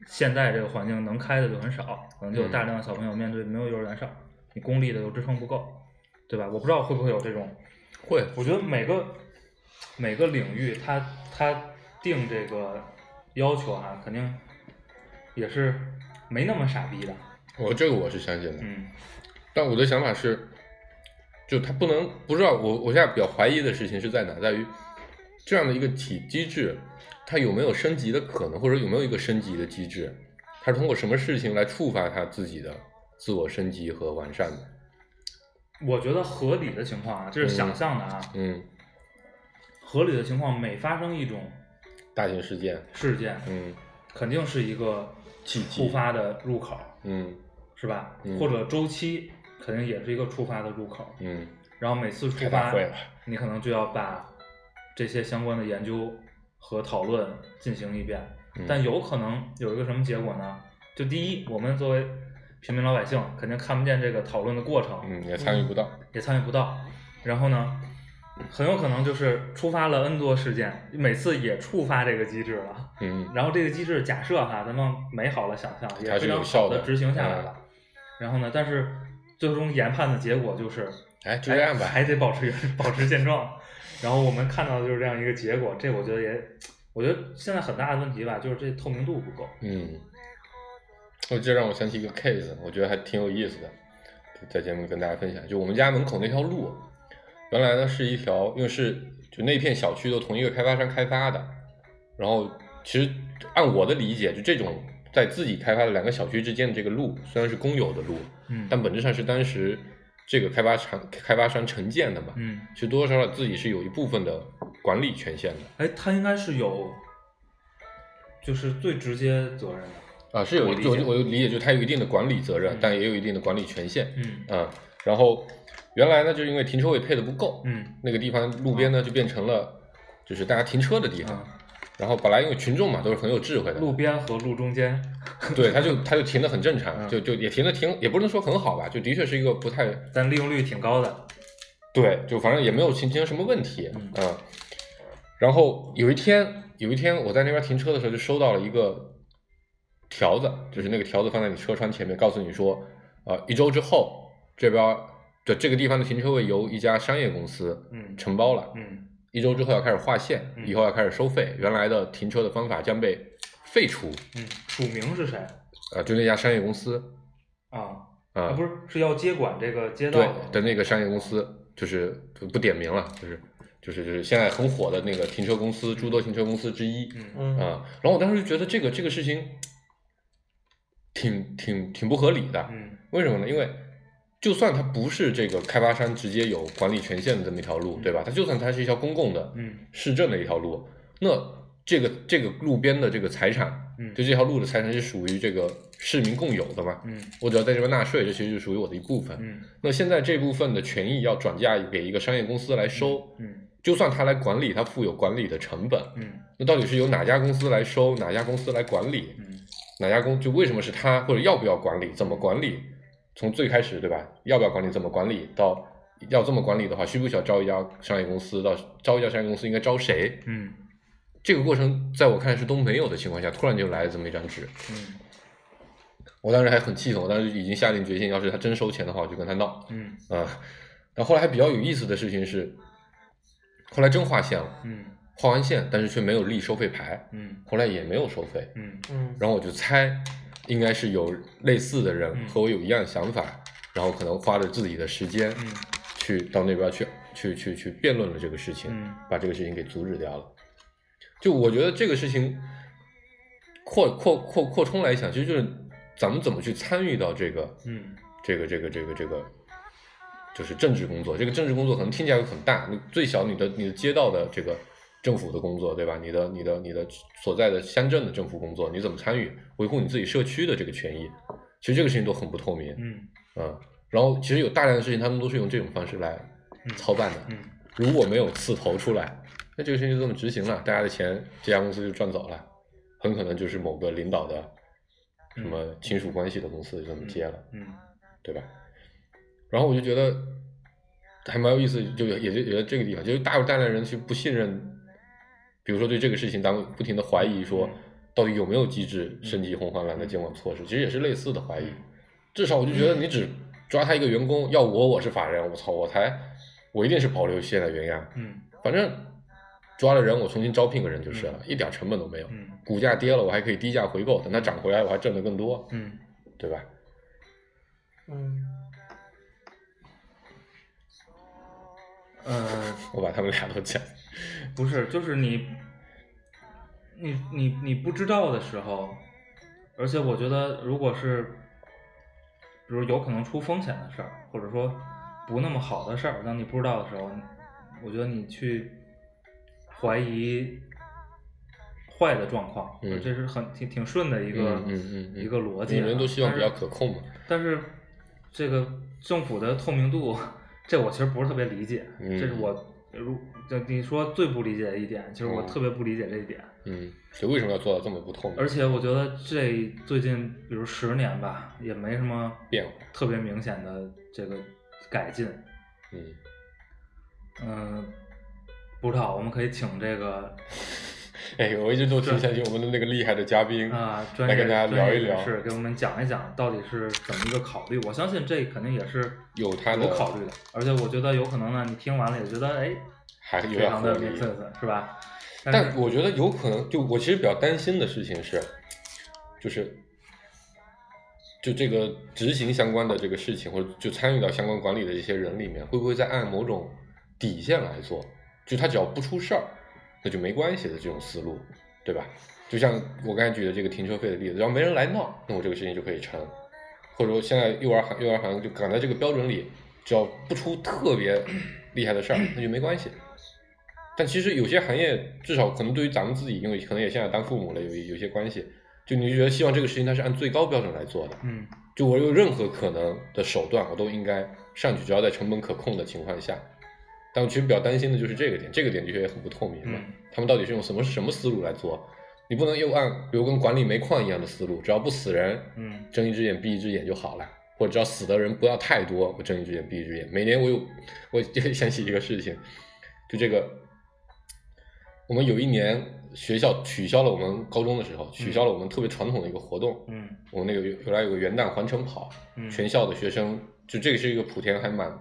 现在这个环境能开的就很少，可能就有嗯大量的小朋友面对没有幼儿园上，你公立的又支撑不够，对吧？我不知道会不会有这种。会我觉得每个每个领域它，它定这个要求啊，肯定也是没那么傻逼的。我这个我是相信的，嗯但我的想法是，就他不能不知道我我现在比较怀疑的事情是在哪，在于这样的一个体机制，它有没有升级的可能，或者有没有一个升级的机制？它是通过什么事情来触发他自己的自我升级和完善的？我觉得合理的情况啊，这是想象的啊，嗯，合理的情况每发生一种大型事件，事件，嗯肯定是一个契机触发的入口，嗯是吧？嗯或者周期肯定也是一个触发的入口。嗯，然后每次触开发大会了，你可能就要把这些相关的研究和讨论进行一遍。嗯但有可能有一个什么结果呢？就第一，我们作为平民老百姓，肯定看不见这个讨论的过程，嗯，也参与不到，也参与不到。然后呢，很有可能就是触发了 N 多事件，每次也触发这个机制了。嗯然后这个机制假设哈，咱们美好的想象也它是非常有效好的嗯的执行下来了。然后呢，但是最终研判的结果就是，哎就这样吧还还得保持原保持现状。然后我们看到的就是这样一个结果，这我觉得也，我觉得现在很大的问题吧，就是这透明度不够。嗯，我这让我想起一个 case，我觉得还挺有意思的，在节目里跟大家分享。就我们家门口那条路，原来呢是一条，因为是就那片小区都同一个开发商开发的，然后其实按我的理解，就这种在自己开发的两个小区之间的这个路，虽然是公有的路，嗯但本质上是当时这个开发商开发商承建的嘛，嗯，其实多多少少自己是有一部分的管理权限的哎，他应该是有，就是最直接责任的。啊，是有我理解我就我就理解，就它有一定的管理责任，嗯但也有一定的管理权限。嗯嗯，然后原来呢，就是因为停车位配的不够，嗯那个地方路边呢就变成了就是大家停车的地方。啊，然后本来因为群众嘛都是很有智慧的，路边和路中间，对他就他就停的很正常， 嗯就就也停的停也不能说很好吧，就的确是一个不太但利用率挺高的。对，就反正也没有形成什么问题，嗯嗯。然后有一天，有一天我在那边停车的时候，就收到了一个条子，就是那个条子放在你车窗前面，告诉你说，呃，一周之后这边的这个地方的停车位由一家商业公司嗯承包了，嗯一周之后要开始划线，嗯以后要开始收费，原来的停车的方法将被废除，嗯，署名是谁？呃，就那家商业公司，啊，啊、啊，不是，是要接管这个街道对的的那个商业公司，就是不不点名了，就是就是就是现在很火的那个停车公司，诸多停车公司之一嗯啊、嗯然后我当时就觉得这个这个事情挺挺挺不合理的，嗯为什么呢？因为就算它不是这个开发商直接有管理权限的这么一条路，对吧？它就算它是一条公共的嗯市政的一条路，那这个这个路边的这个财产，嗯，就这条路的财产是属于这个市民共有的嘛？嗯我只要在这边纳税，这其实就属于我的一部分。嗯那现在这部分的权益要转嫁给一个商业公司来收，嗯就算他来管理，他负有管理的成本。嗯那到底是由哪家公司来收，哪家公司来管理，嗯哪家公就为什么是他，或者要不要管理，怎么管理？从最开始对吧？要不要管理，怎么管理，到要这么管理的话，需不需要招一家商业公司？到招一家商业公司应该招谁？嗯这个过程在我看是都没有的情况下，突然就来了这么一张纸，嗯我当时还很气愤，我当时已经下定决心，要是他真收钱的话，我就跟他闹。嗯啊、但后来还比较有意思的事情是，后来真划线了，嗯划完线，但是却没有立收费牌，嗯后来也没有收费。嗯嗯然后我就猜，应该是有类似的人嗯和我有一样的想法，然后可能花着自己的时间嗯去到那边去去去去辩论了这个事情，嗯把这个事情给阻止掉了。就我觉得这个事情扩扩扩扩充来讲，其实就是咱们怎么去参与到这个嗯这个这个这个这个，就是政治工作。这个政治工作可能听起来会很大，你最小你的你的街道的这个政府的工作，对吧？你的你的你的所在的乡镇的政府工作，你怎么参与维护你自己社区的这个权益？其实这个事情都很不透明，嗯嗯。然后其实有大量的事情，他们都是用这种方式来嗯操办的。嗯如果没有刺头出来，那这个事情就这么执行了，大家的钱这家公司就赚走了，很可能就是某个领导的什么亲属关系的公司就这么接了。嗯对吧？然后我就觉得还蛮有意思，就也就觉得这个地方，就是大有大量人去不信任，比如说对这个事情，咱们不停的怀疑说嗯到底有没有机制升级红黄蓝的监管措施，其实也是类似的怀疑。嗯至少我就觉得你只抓他一个员工，要我我是法人，我操，我才我一定是保留现在原样，嗯反正抓了人我重新招聘个人就是了，一点成本都没有。嗯股价跌了，我还可以低价回购，等它涨回来，我还挣得更多，嗯对吧？嗯，呃，我把他们俩都 讲了。不是，就是你，你你你不知道的时候，而且我觉得，如果是，比如有可能出风险的事儿，或者说不那么好的事儿，当你不知道的时候，我觉得你去怀疑坏的状况，嗯这是很挺挺顺的一个、嗯嗯嗯嗯一个逻辑、啊。你们都希望比较但是可控嘛？但是这个政府的透明度，这我其实不是特别理解，嗯这是我如就你说最不理解的一点，其实我嗯特别不理解这一点。嗯，就为什么要做到这么不透明？而且我觉得这最近比如十年吧，也没什么变化特别明显的这个改进。嗯，嗯，不知道，我们可以请这个哎，我一直都挺想请我们的那个厉害的嘉宾啊，专来业跟大家聊一聊，是给我们讲一讲到底是怎么一个考虑。我相信这肯定也是有他的有考虑的，而且我觉得有可能呢，你听完了也觉得哎，还有非点常活的 make 力。 sense 是吧？但我觉得有可能，就我其实比较担心的事情是，就是就这个执行相关的这个事情，或者就参与到相关管理的这些人里面，会不会在按某种底线来做？就他只要不出事儿，那就没关系的这种思路，对吧？就像我刚才举的这个停车费的例子，只要没人来闹，那我这个事情就可以成。或者说现在幼儿行幼儿行就赶在这个标准里，只要不出特别厉害的事儿，那就没关系。但其实有些行业，至少可能对于咱们自己，因为可能也现在当父母了，有有些关系，就你就觉得希望这个事情它是按最高标准来做的，嗯就我有任何可能的手段，我都应该上去，只要在成本可控的情况下。但我其实比较担心的就是这个点，这个点的确也很不透明嘛。嗯他们到底是用什么什么思路来做？你不能又按比如跟管理煤矿一样的思路，只要不死人，嗯睁一只眼闭一只眼就好了，或者只要死的人不要太多，我睁一只眼闭一只眼。每年我有，我就想起一个事情，就这个，我们有一年学校取消了我们高中的时候，取消了我们特别传统的一个活动，嗯我们那个有原来有个元旦环城跑，嗯，全校的学生，就这个是一个莆田还蛮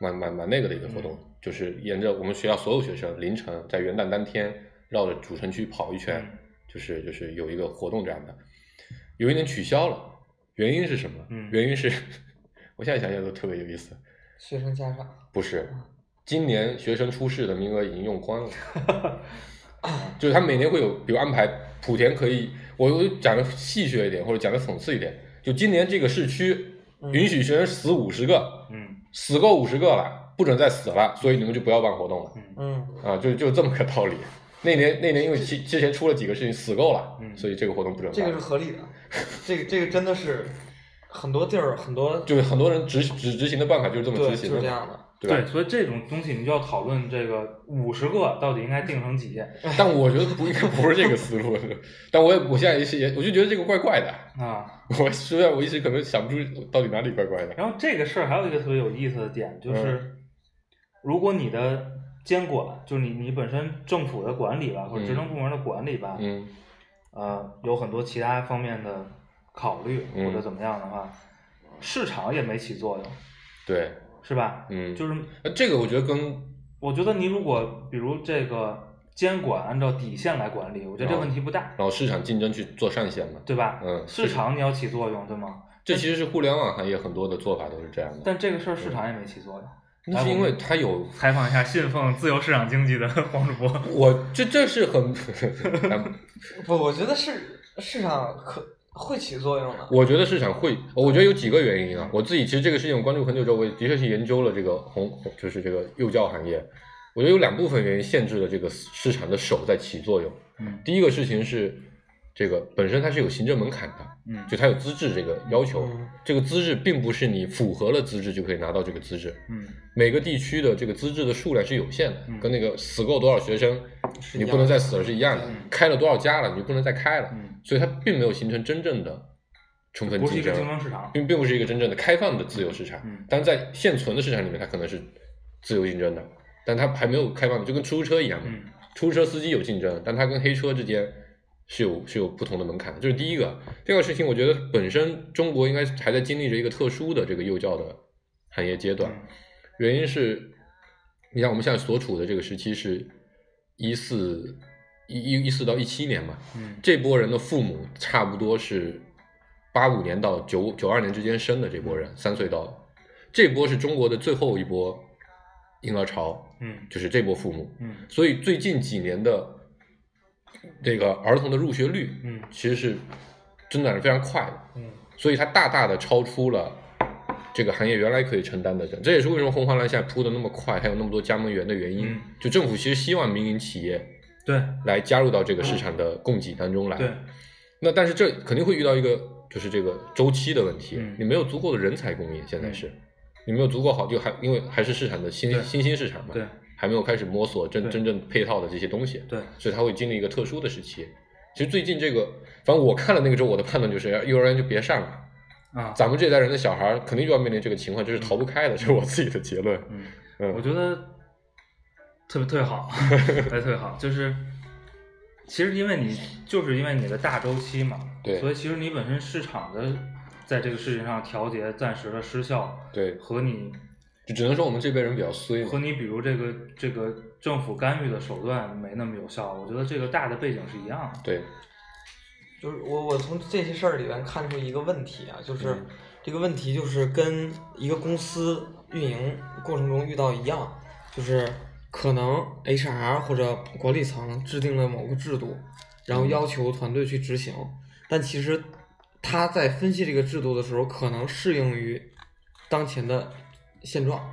蛮蛮蛮那个的一个活动，嗯就是沿着我们学校所有学生凌晨在元旦当天绕着主城区跑一圈，嗯就是就是有一个活动这样的，有一年取消了，原因是什么？嗯原因是，我现在想想都特别有意思，学生家长，不是，今年学生出世的名额已经用光了，就是他每年会有，比如安排莆田可以，我我讲的戏谑一点，或者讲的讽刺一点，就今年这个市区嗯允许学生死五十个，嗯死够五十个了，不准再死了，所以你们就不要办活动了嗯嗯啊，就就这么个道理。那年那年因为之之前出了几个事情，死够了，嗯所以这个活动不准这个办是。合理的，这个这个真的是很多地儿很多就是很多人执执执行的办法就是这么对执行就是的这嘛，样的，对吧？所以这种东西你就要讨论这个五十个到底应该定成几啊但我觉得不应该不是这个思路， 但我也我现在也是也我就觉得这个怪怪的，啊？我实在我一时可能想不出到底哪里怪怪的。然后这个事儿还有一个特别有意思的嗯点，就是如果你的监管，就是你你本身政府的管理吧，或者职能部门的管理吧，嗯呃，有很多其他方面的考虑嗯或者怎么样的话，市场也没起作用，，对，是吧？嗯，就是呃这个我觉得跟我觉得你如果比如这个监管按照底线来管理，我觉得这哦问题不大，然后市场竞争去做上限嘛。对吧？嗯市场你要起作用，对吗？这其实是互联网行业很多的做法都是这样的，但这个事儿市场也没起作用。那是因为它有采访一下信奉自由市场经济的 黄主播，我这这是很， 不，我觉得市市场可会起作用的。我觉得市场会，我觉得有几个原因啊。我自己其实这个事情我关注很久之后，我的确是研究了这个红，红就是这个幼教行业。我觉得有两部分原因限制了这个市场的手在起作用。嗯第一个事情是，这个本身它是有行政门槛的，嗯就它有资质这个要求嗯。这个资质并不是你符合了资质就可以拿到这个资质，嗯每个地区的这个资质的数量是有限的嗯，跟那个死够多少学生，是一你样不能再死了是一样的嗯，开了多少家了你就不能再开了，嗯，所以它并没有形成真正的充分不是一竞个竞争争，市场，并并不是一个真正的开放的自由市场嗯。但在现存的市场里面，它可能是自由竞争的，但它还没有开放的，就跟出租车一样嘛，嗯出租车司机有竞争，但它跟黑车之间是有是有不同的门槛的，这是第一个。第二个事情，我觉得本身中国应该还在经历着一个特殊的这个幼教的行业阶段，嗯原因是，你像我们现在所处的这个时期是一四一一一四到一七年嘛，嗯这波人的父母差不多是八五年到九九二年之间生的这波人，三岁到，这波是中国的最后一波婴儿潮，嗯就是这波父母，嗯所以最近几年的这个儿童的入学率，嗯其实是增长是非常快的，嗯，所以它大大的超出了这个行业原来可以承担的。这也是为什么红黄蓝现在铺的那么快，还有那么多加盟员的原因。嗯就政府其实希望民营企业对来加入到这个市场的供给当中来。对，那但是这肯定会遇到一个就是这个周期的问题，嗯你没有足够的人才供应，现在是。你没有足够好，就还因为还是市场的新对新兴市场嘛，对还没有开始摸索真对真正配套的这些东西，对，所以它会经历一个特殊的时期。其实最近这个，反正我看了那个之后，我的判断就是，幼儿园就别上了，啊，咱们这代人的小孩儿肯定就要面临这个情况，这是逃不开的，这是我自己的结论。嗯，嗯我觉得特别特别好，哎，特别好，就是其实因为你就是因为你的大周期嘛，对所以其实你本身市场的在这个事情上调节暂时的失效，对，和你就只能说我们这辈人比较衰嘛和你比如这个这个政府干预的手段没那么有效，我觉得这个大的背景是一样的。对，就是我我从这些事儿里边看出一个问题啊，就是、嗯这个问题就是跟一个公司运营过程中遇到一样，就是可能 HR 或者管理层制定了某个制度，然嗯后要求团队去执行，但其实他在分析这个制度的时候，可能适应于当前的现状，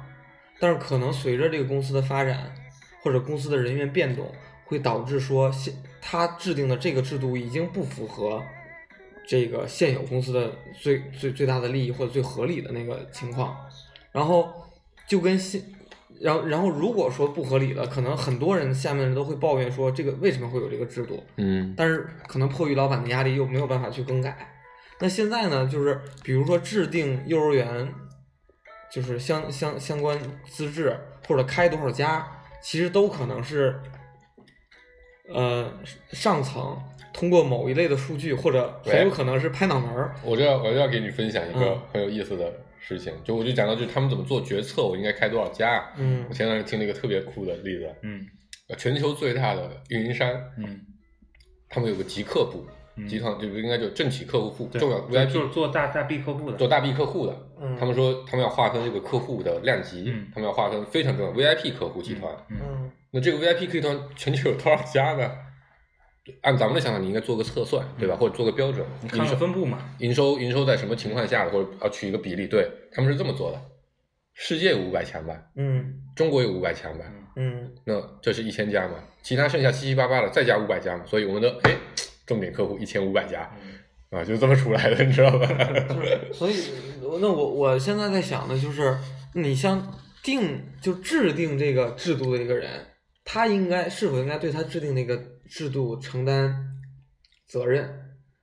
但是可能随着这个公司的发展或者公司的人员变动，会导致说现他制定的这个制度已经不符合这个现有公司的最最最大的利益或者最合理的那个情况，然后就跟现。然后，然后如果说不合理了，可能很多人下面人都会抱怨说，这个为什么会有这个制度？嗯但是可能迫于老板的压力，又没有办法去更改。那现在呢，就是比如说制定幼儿园，就是相相相关资质或者开多少家，其实都可能是，呃，上层通过某一类的数据，或者很有喂可能是拍脑门儿。我就要我就要给你分享一个嗯很有意思的事情，就我就讲到就是他们怎么做决策，我应该开多少家。嗯我前段时间听了一个特别酷的例子，嗯呃全球最大的运营商，嗯，他们有个极客部，嗯集团就应该就政企客户部，对重要对就是 VIP 做大大 B 客户的，做大 B 客户的，嗯他们说他们要划分这个客户的量级嗯，他们要划分非常重要 VIP 客户集团。嗯嗯那这个 VIP 可以团全球有多少家呢？按咱们的想法，你应该做个测算，对吧？或者做个标准，嗯你看看分布嘛，营收营收在什么情况下，或者要取一个比例。对，他们是这么做的。世界有五百强吧，嗯中国有五百强吧，嗯嗯那这是一千家嘛，其他剩下七七八八的再加五百家嘛，所以我们的哎，重点客户一千五百家嗯啊，就这么出来的，你知道 吧？就是，所以那我我现在在想的就是，你像定就制定这个制度的一个人，他应该是否应该对他制定那个制度承担责任？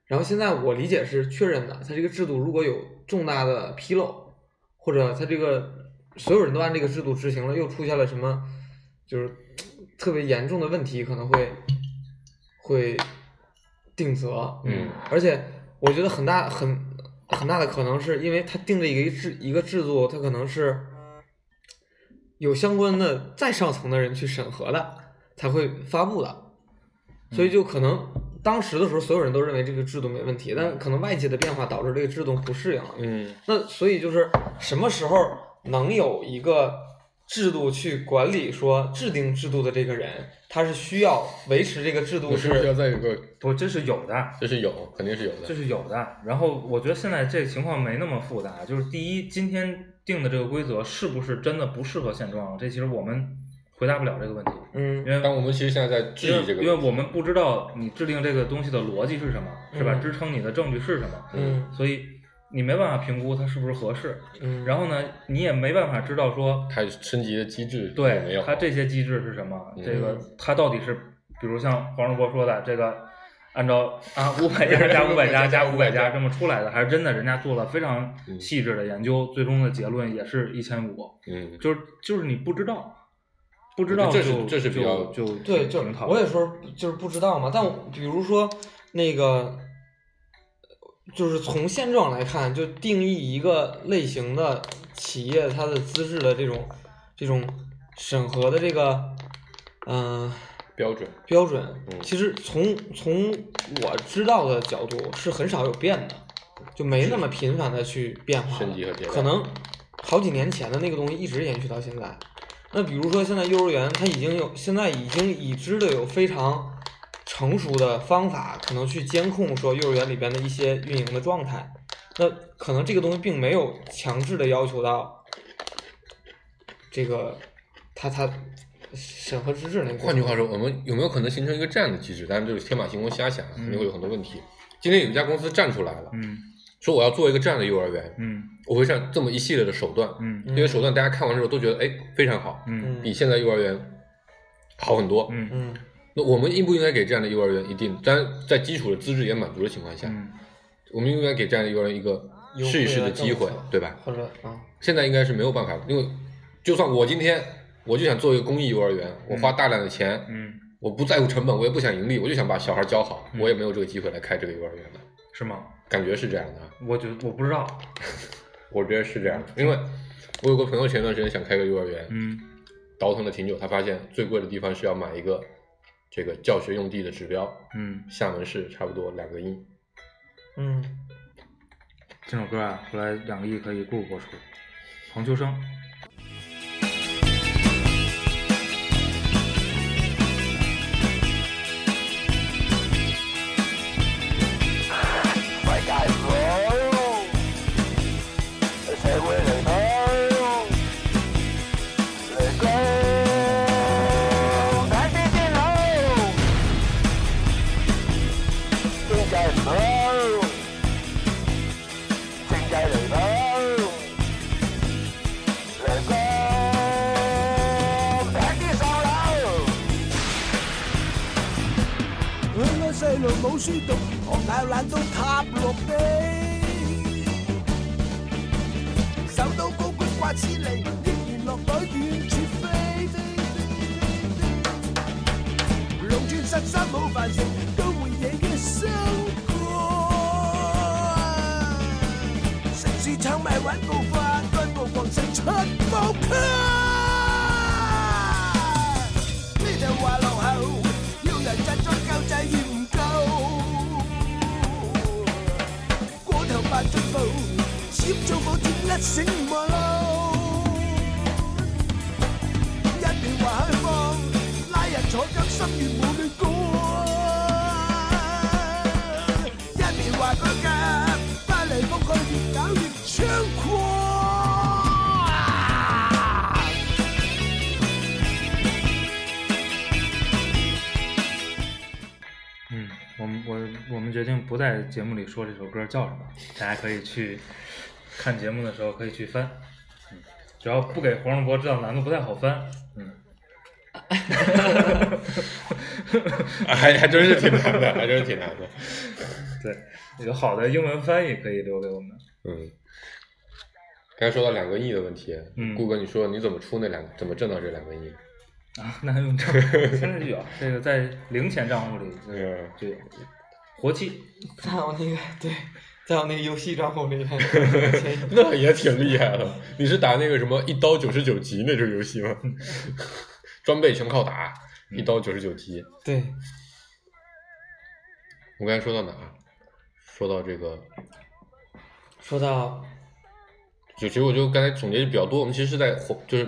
然后现在我理解是确认的，他这个制度如果有重大的纰漏，或者他这个所有人都按这个制度执行了，又出现了什么就是特别严重的问题，可能会会定责。嗯而且我觉得很大很很大的可能是因为他定了一个制一个制度，他可能是有相关的再上层的人去审核的，才会发布的。所以就可能当时的时候，所有人都认为这个制度没问题，但可能外界的变化导致这个制度不适应了。嗯那所以就是什么时候能有一个制度去管理说制定制度的这个人，他是需要维持这个制度我是不是要是再有个？不，这是有的，这是有，肯定是有这的。是有的。然后我觉得现在这情况没那么复杂，就是第一，今天定的这个规则是不是真的不适合现状？这其实我们回答不了这个问题，因嗯为但我们其实现在在质因为疑这个因为问题，我们不知道你制定这个东西的逻辑是什么，是吧？嗯支撑你的证据是什么，嗯所以你没办法评估它是不是合适。嗯，然后呢，你也没办法知道说它升级的机制有没对有？它这些机制是什么？嗯这个它到底是，比如像黄世博说的，这个按照啊五百家加五百家加五百家这么出来的，还是真的人家做了非常嗯细致的研究，最终的结论也是一千五，嗯，就是就是你不知道，不知我觉得道这是就这是比较就就嗯对，就挺讨我厌也说就是不知道嘛。但我比如说那个，就是从现状来看，就定义一个类型的企业它的资质的这种这种审核的这个，嗯、标准标准嗯，其实从从我知道的角度是很少有变的，就没那么频繁的去变化升级了。和迭代，可能好几年前的那个东西一直延续到现在。那比如说现在幼儿园，它已经有现在已经已知的有非常成熟的方法，可能去监控说幼儿园里边的一些运营的状态。那可能这个东西并没有强制的要求到这个它它审核资质那个过程。换句话说，我们有没有可能形成一个这样的机制？当然这是天马行空瞎想，啊嗯肯定会有很多问题。今天有一家公司站出来了，嗯说我要做一个这样的幼儿园，嗯我会上这么一系列的手段。嗯这些手段大家看完之后都觉得，哎，非常好，嗯比现在幼儿园好很多。嗯嗯那我们应不应该给这样的幼儿园一定，当然在基础的资质也满足的情况下，嗯我们应该给这样的幼儿园一个优惠啊试一试的政机会策，对吧？或者 啊，现在应该是没有办法的，因为就算我今天我就想做一个公益幼儿园，我花大量的钱，嗯，我不在乎成本，我也不想盈利，我就想把小孩教好，嗯我也没有这个机会来开这个幼儿园的，是吗？感觉是这样的啊，我觉得我不知道，我觉得是这样的，因为我有个朋友前段时间想开个幼儿园，嗯倒腾了挺久，他发现最贵的地方是要买一个这个教学用地的指标，嗯，厦门市差不多两个亿，嗯，这首歌啊，后来两个亿可以过播出，黄秋生。佢個細路冇書讀，學咬懶到塌落地，手到高官掛刺嚟，依然落袋遠處飛飛飛。農村失山冇飯食，都會野嘅生活。城市炒賣揾步法，幹部狂食出報卡。呢就話落後，要人振作救濟遠唔夠，過頭扮進步，少做冇點甩醒目。一面話開放，拉人坐監心願冇亂過；一面話改革，翻嚟覆去越搞越猖狂。嗯，我们我我们决定不在节目里说这首歌叫什么，大家可以去看节目的时候可以去翻。嗯，只要不给黄世博知道难度不太好翻。嗯， 还还真是挺难的，还真是挺难的。对，有好的英文翻译可以留给我们。嗯，刚才说到两个亿的问题，嗯顾哥，你说你怎么出那两，怎么挣到这两个亿？啊，那还用账？现在就有这个在零钱账户里就嗯就有活期。还有那个对在我那个游戏账户 里面前一那也挺厉害的。你是打那个什么一刀九十九级那种游戏吗？ 装备全靠打，一刀九十九级。对，我刚才说到哪儿？啊说到这个，说到就其实我就刚才总结的比较多。我们其实是在火就是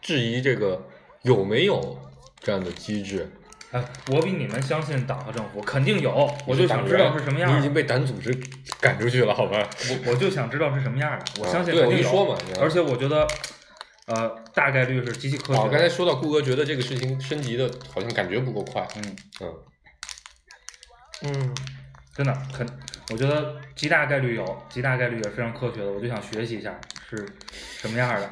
质疑这个有没有这样的机制。哎，我比你们相信党和政府，肯定有，我就想知道是什么样你儿已经的。被党组织赶出去了，好吧？我我就想知道是什么样儿的，我相信啊对肯我定就有。说嘛你看而且我觉得，呃，大概率是极其科啊，我学刚才的。说到顾哥觉得这个事情升级的好像感觉不够快，嗯，嗯，嗯真的肯，我觉得极大概率有，极大概率也是非常科学的。我就想学习一下是什么样儿的。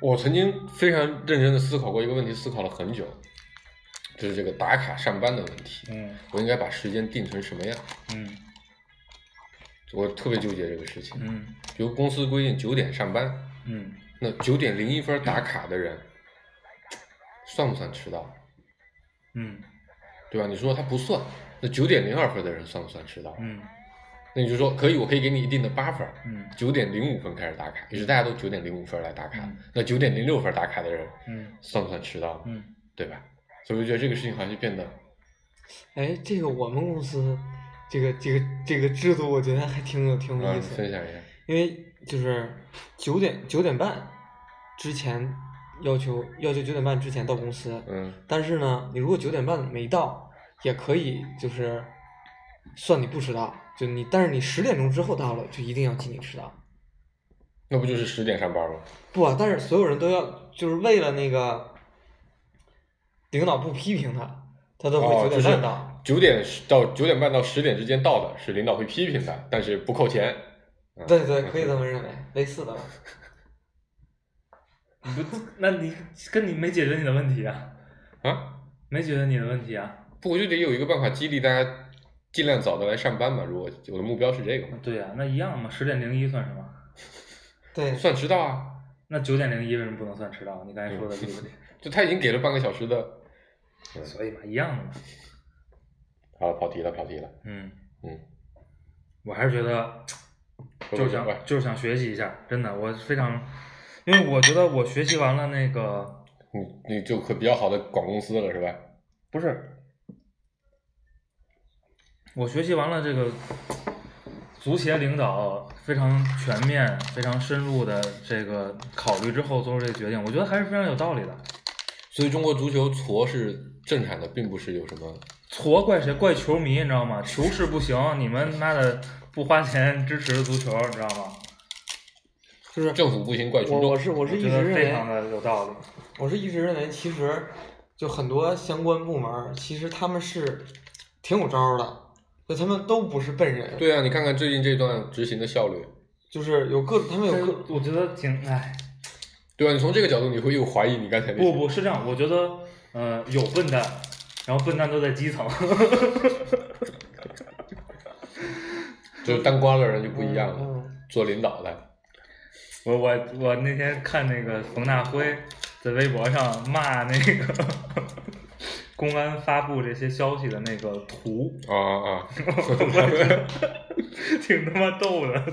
我曾经非常认真的思考过一个问题，思考了很久，就是这个打卡上班的问题，嗯我应该把时间定成什么样？嗯我特别纠结这个事情。嗯比如公司规定九点上班，嗯，那九点零一分打卡的人，算不算迟到？嗯对吧？你说他不算，那九点零二分的人算不算迟到？嗯那你就说可以，我可以给你一定的八分。嗯九点零五分开始打卡，也是大家都九点零五分来打卡嗯。那九点零六分打卡的人，嗯算不算迟到？嗯，对吧？所以我觉得这个事情好像就变得，哎，这个我们公司这个这个这个制度，我觉得还挺有挺有嗯，意你思的。分享一下。因为就是九点九点半之前要求要求九点半之前到公司，嗯但是呢，你如果九点半没到，也可以就是算你不迟到，就你但是你十点钟之后到了，就一定要记你迟到。那不就是十点上班吗？不啊，但是所有人都要就是为了那个领导不批评他，他都会哦九点半到。九点到九点半到十点之间到的，是领导会批评的，但是不扣钱。嗯对对，可以这么认为，类似的吧。你不，那你跟你没解决你的问题啊，啊，没解决你的问题啊。不过就得有一个办法激励大家尽量早的来上班嘛。如果我的目标是这个嘛，对呀、啊那一样嘛，十点零一算什么？对，算迟到啊。那九点零一为什么不能算迟到？你刚才嗯说的对不对？就他已经给了半个小时的，所以嘛，一样的嘛。好了，跑题了，跑题了。嗯嗯，我还是觉得说就是明想白就是想学习一下，真的，我非常，因为我觉得我学习完了那个你你就可比较好的广公司了，是吧？不是，我学习完了这个足协领导非常全面、非常深入的这个考虑之后做出这个决定，我觉得还是非常有道理的。所以中国足球矬是正常的，并不是有什么矬怪谁？怪球迷，你知道吗？球市不行，你们妈的不花钱支持足球，你知道吗？就是政府不行怪群我我众。是我我是一觉直得认非常为，的有道理。我是一直认为，其实就很多相关部门儿，其实他们是挺有招儿的，就他们都不是笨人，对啊，你看看最近这段执行的效率，就是有各他们有各我觉得挺哎，对啊吧？你从这个角度，你会又怀疑你刚才那不不是这样，我觉得呃有笨蛋，然后笨蛋都在基层。 就是当官的人就不一样了，嗯，做领 导的，我我我那天看那个冯大辉在微博上骂那个公安发布这些消息的那个图，啊啊啊！我觉得挺他妈逗的。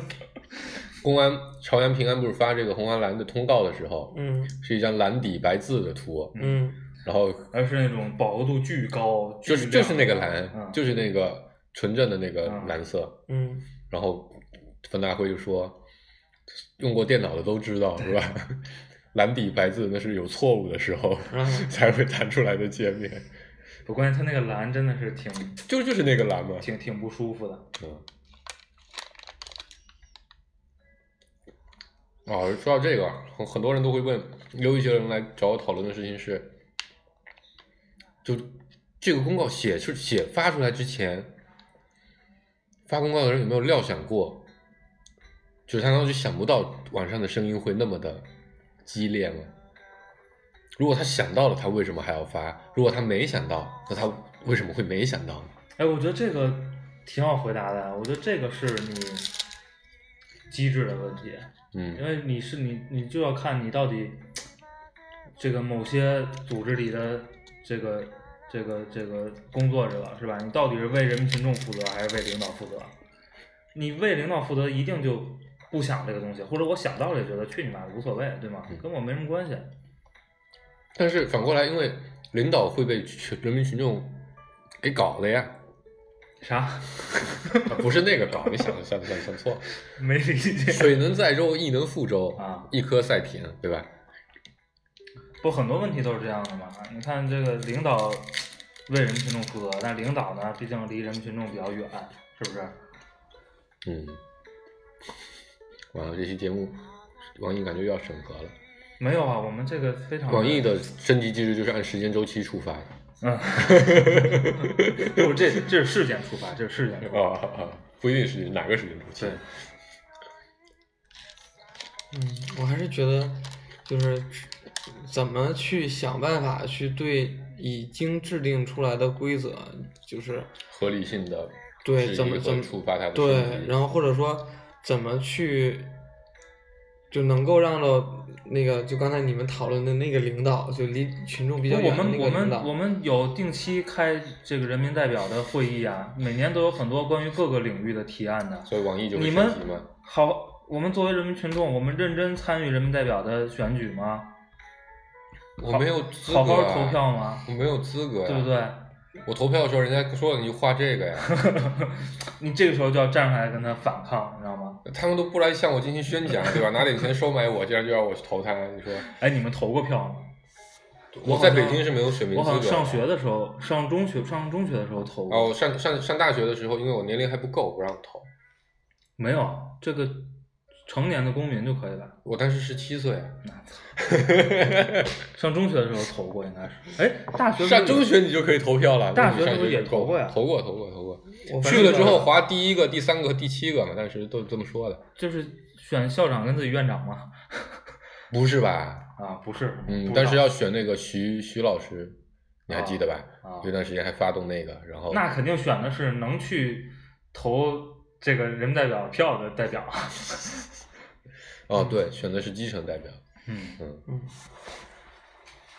公安朝阳平安不是发这个红黄蓝的通告的时候，嗯是一张蓝底白字的图，嗯然后 而是那种饱和度巨高，就是巨亮就是那个嗯蓝，就是那个纯正的那个蓝色。嗯然后冯大辉就说，用过电脑的都知道是吧？ 蓝底白字那是有错误的时候嗯 才会弹出来的界面，我关键它那个蓝真的是挺就就是那个蓝嘛。挺挺不舒服的。嗯。哦，说到这个，很很多人都会问，有一些人来找我讨论的事情是，就这个公告写出写发出来之前，发公告的人有没有料想过，就是他当时想不到网上的声音会那么的激烈吗？如果他想到了，他为什么还要发？如果他没想到，那他为什么会没想到呢？哎，我觉得这个挺好回答的，我觉得这个是你机制的问题，嗯因为你是你你就要看你到底这个某些组织里的这个这个这个工作这个是吧？你到底是为人民群众负责还是为领导负责？你为领导负责，一定就不想这个东西，或者我想到了也觉得去你妈的无所谓，对吗嗯？跟我没什么关系。但是反过来，因为领导会被群人民群众给搞的呀，啥？ 啊不是那个搞，你想想想想错了。没理 解。水能载舟，亦能覆舟啊，一颗赛田，对吧？不，很多问题都是这样的嘛。你看这个领导为人民群众负责，但领导呢，毕竟离人民群众比较远，是不是？嗯，完了，这期节目网易感觉又要审核了。没有啊，我们这个非常网易的升级机制就是按时间周期触发的。 嗯，不，这这是事件触发，这是事件触发。啊啊啊！不一定是哪个时间周期对，嗯，我还是觉得，就是怎么去想办法去对已经制定出来的规则，就是合理性的对质疑怎么和怎么触发它的升对，级然后或者说怎么去就能够让到那个就刚才你们讨论的那个领导，就离群众比较我远的们那我个领们导我，们有定期开这个人民代表的会议啊，每年都有很多关于各个领域的提案的。所以网易就会你升们级嘛。好，我们作为人民群众，我们认真参与人民代表的选举吗？我没有资格、好啊、好投票吗？我没有资格、呀，啊对不对？我投票的时候，人家说你画这个呀，你这个时候就要站出来跟他反抗，你知道吗？他们都不来向我进行宣讲，对吧？拿点钱收买我，竟然就让我去投他，你说哎，你们投过票吗？我好在像北京是没有选民我资好格像的。上学的时候，上中学上中学的时候投过。哦，我上上上大学的时候，因为我年龄还不够，不让投。没有，这个成年的公民就可以了。我当时十七岁，上中学的时候投过，应该是。哎，大学是不是啊上中学你就可以投票了。大那你学是不是上也就够投过呀投过，投过，投过。我去了之后划第一个、第三个、第七个嘛，当时都是这么说的。就是选校长跟自己院长嘛？不是吧？啊，不是，嗯，不知道但是要选那个徐徐老师，你还记得吧？啊有段时间还发动那个，然后那肯定选的是能去投这个人民代表票的代表。 哦，对，选的是基层代表。嗯，嗯，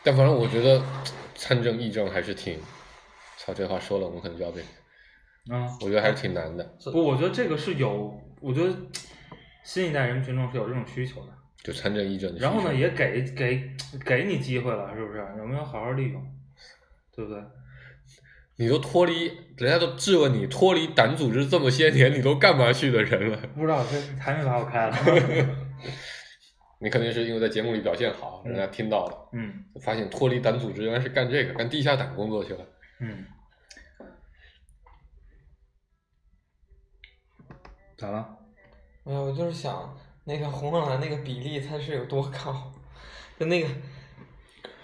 但反正我觉得参政议政还是挺，操，这话说了我们可能就要被，啊，我觉得还是挺难的，不，我觉得这个是有，我觉得新一代人民群众是有这种需求的。就参政议政的需求。然后呢，也给给给你机会了，是不是？我们要好好利用，对不对？你都脱离，人家都质问你脱离党组织这么些年，你都干嘛去的人了？不知道这还没把我开 了。你肯定是因为在节目里表现好，人家听到了，嗯发现脱离党组织原来是干这个，干地下党工作去了。嗯，咋了？没哎有，我就是想那个红黄蓝那个比例它是有多高，就那个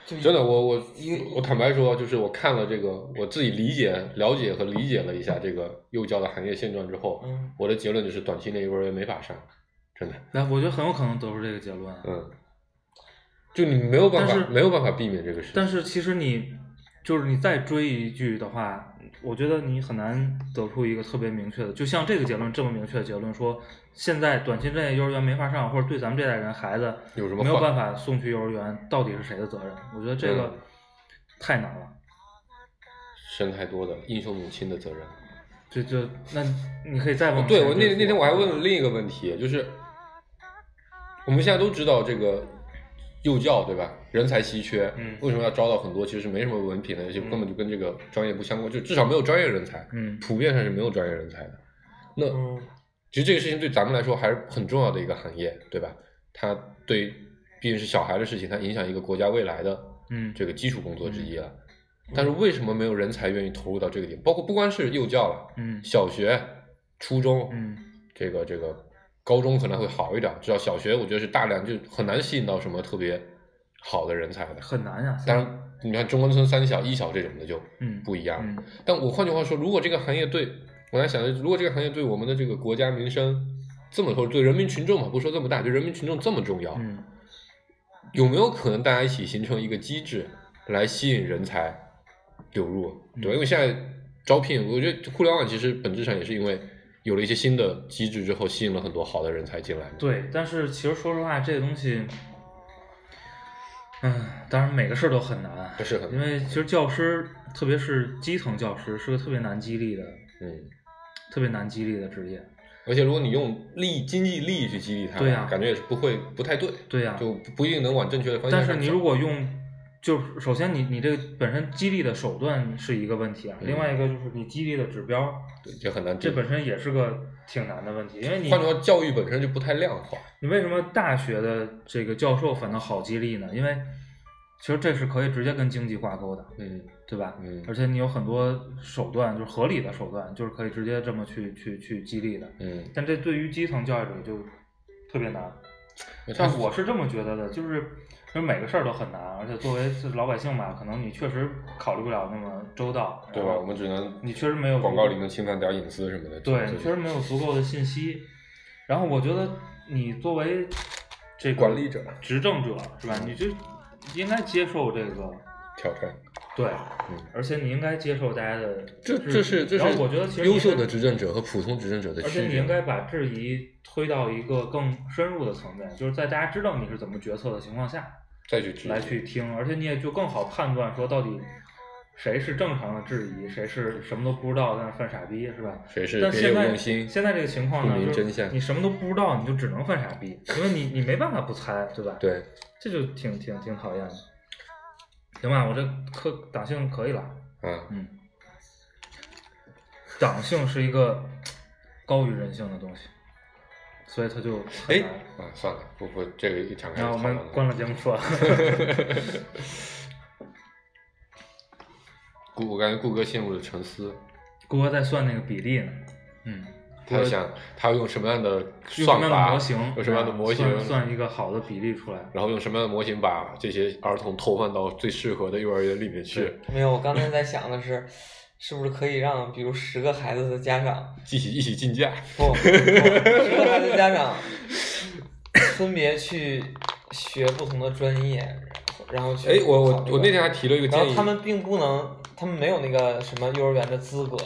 就真的，我我一个我坦白说，就是我看了这个，我自己理解、了解和理解了一下这个幼教的行业现状之后，嗯我的结论就是短期内幼儿园没法上，真的，那我觉得很有可能得出这个结论啊。嗯，就你没有办但法是没有办法避免这个事情，但是其实你就是你再追一句的话，我觉得你很难得出一个特别明确的，就像这个结论这么明确的结论说，现在短期之内幼儿园没法上，或者对咱们这代人孩子有什么没有话办法送去幼儿园，到底是谁的责任？我觉得这个嗯太难了。生太多的英雄母亲的责任。这就那你可以再问。对我那那天我还问了另一个问题，就是我们现在都知道这个幼教对吧，人才稀缺，嗯为什么要招到很多其实没什么文凭的，就嗯根本就跟这个专业不相关，就至少没有专业人才，嗯普遍上是没有专业人才的。那嗯其实这个事情对咱们来说还是很重要的一个行业，对吧？它对毕竟是小孩的事情，它影响一个国家未来的嗯这个基础工作之一了。但是为什么没有人才愿意投入到这个点？包括不光是幼教了，嗯小学、初中，嗯这个这个高中可能会好一点，至少小学我觉得是大量就很难吸引到什么特别好的人才的。很难呀、当然，你看中关村三小、一小这种的就嗯不一样。嗯但我换句话说，如果这个行业对我在想，如果这个行业对我们的这个国家民生这么说，对人民群众嘛，不说这么大，对人民群众这么重要，嗯有没有可能大家一起形成一个机制来吸引人才流入？对嗯吧，因为现在招聘，我觉得互联网其实本质上也是因为有了一些新的机制之后，吸引了很多好的人才进来嘛。对，但是其实说实话，这个东西嗯，当然每个事儿都很难，这是很因为其实教师，特别是基层教师，是个特别难激励的、嗯，特别难激励的职业。而且如果你用利经济利益去激励他，对啊呀感觉也是不会不太对，对呀、就不一定能往正确的方向但上走。是你如果用，就是首先你你这个本身激励的手段是一个问题啊，嗯另外一个就是你激励的指标，对也很难这定，本身也是个挺难的问题，因为你换句话，教育本身就不太量化。你为什么大学的这个教授反倒好激励呢？因为其实这是可以直接跟经济挂钩的，嗯对吧？嗯而且你有很多手段，就是合理的手段，就是可以直接这么去去去激励的。嗯，但这对于基层教育者就特别难。他但我是这么觉得的，就是就是每个事儿都很难，而且作为是老百姓吧，可能你确实考虑不了那么周到，对吧？我们只能你确实没有广告里能侵犯点隐私什么的。对就你确实没有足够的信息。然后我觉得你作为这个管理者嗯执政者是吧？你就应该接受这个，挑战。对，嗯而且你应该接受大家的这质疑这是这嗯然后我觉得其是实你优秀应该的执政者和普通执政者的而区且别。你应该把质疑推到一个更深入的层面，就是在大家知道你是怎么决策的情况下再去质疑来去听，而且你也就更好判断说到底谁是正常的质疑，谁是什么都不知道在那犯傻逼，是吧？谁是但别现有在用心？现在这个情况不呢，明就是真相你什么都不知道，你就只能犯傻逼，因为你你没办法不猜，对吧？，对，这就挺挺挺讨厌的。行吧，我这课党性可以了。啊，嗯，党性是一个高于人性的东西，所以它就很哎难。，啊，算了，不不，这个一展开然就讨后我论了们关了节目说， 顾，我感觉顾哥陷入了沉思，顾哥在算那个比例呢。嗯，他我要想他要用什么样的用什算么样的法，模型？啊用什么样的模型，算算一个好的比例出来？然后用什么样的模型把这些儿童投放到最适合的幼儿园里面去，没有，我刚才在想的是，是不是可以让比如十个孩子的家长，一起一起竞价。不，不十个孩子的家长分别去学不同的专业，然后去哎，我考我虑我那天还提了一个然建后议，他们并不能，他们没有那个什么幼儿园的资格，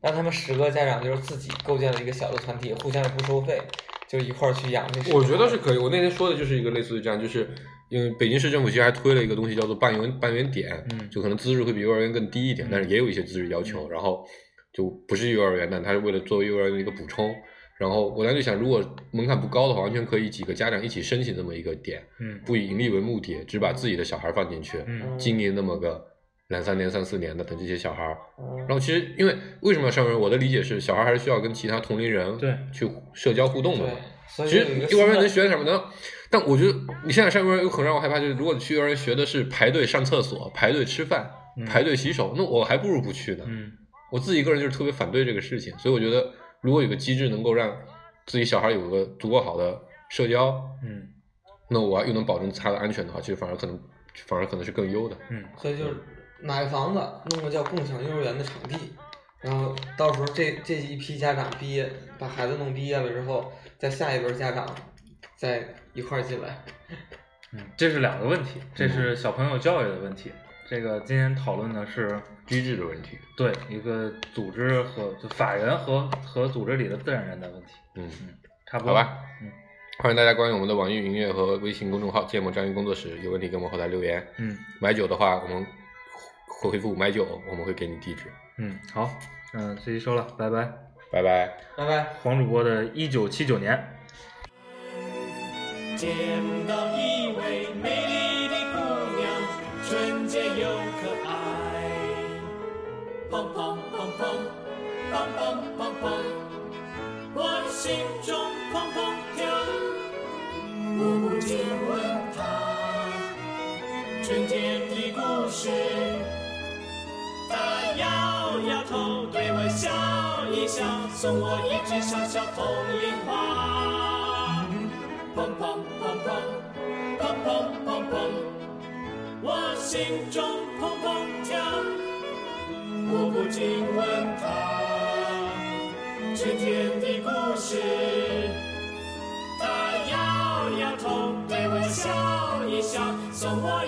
让他们十个家长就是自己构建了一个小的团体，互相也不收费，就一块儿去养这十个我觉得是可以。我那天说的就是一个类似于这样，就是因为北京市政府其实还推了一个东西叫做半园半园点，嗯就可能资质会比幼儿园更低一点，嗯但是也有一些资质要求，然后就不是幼儿园的，它是为了作为幼儿园的一个补充。然后我当时就想，如果门槛不高的话，完全可以几个家长一起申请这么一个点，嗯不以盈利为目的，只把自己的小孩放进去，嗯经营那么个两三年、三四年的，等这些小孩儿嗯然后其实因为为什么要上幼儿园？我的理解是，小孩还是需要跟其他同龄人对去社交互动的嗯对嘛。，所以其实有一个幼儿园新的能学什么呢？但我觉得你现在上幼儿园有很让我害怕，就是如果你去幼儿园学的是排队上厕所、排队吃饭、嗯排队洗手，那我还不如不去呢。嗯我自己个人就是特别反对这个事情，所以我觉得如果有个机制能够让自己小孩有个足够好的社交，嗯那我又能保证他的安全的话，其实反而可能反而可能是更优的。嗯，所以就是买个房子，弄个叫共享幼儿园的场地，然后到时候这这一批家长毕业，把孩子弄毕业了之后，再下一轮家长再一块儿进来。嗯，这是两个问题，这是小朋友教育的问题。这个今天讨论的是机制的问题，对一个组织和就法人和和组织里的自然人的问题，嗯。差不好多。吧，嗯欢迎大家关注我们的网易云音乐和微信公众号“芥末章鱼工作室”，有问题给我们后台留言。嗯买酒的话，我们回回复买酒，我们会给你地址。嗯，好，嗯、这期收了，拜拜。拜拜。拜拜。黄主播的一九七九年。见到一位美丽的姑娘，纯洁又可爱。砰砰砰砰，砰砰砰砰，我心中砰砰跳，我不禁问她，纯洁的故事。她摇摇头，对我笑一笑，送我一只小小铜铃花。砰砰砰砰，砰砰砰砰，我心中砰砰跳，我不禁问他春天的故事。他摇摇头，对我笑一笑，送我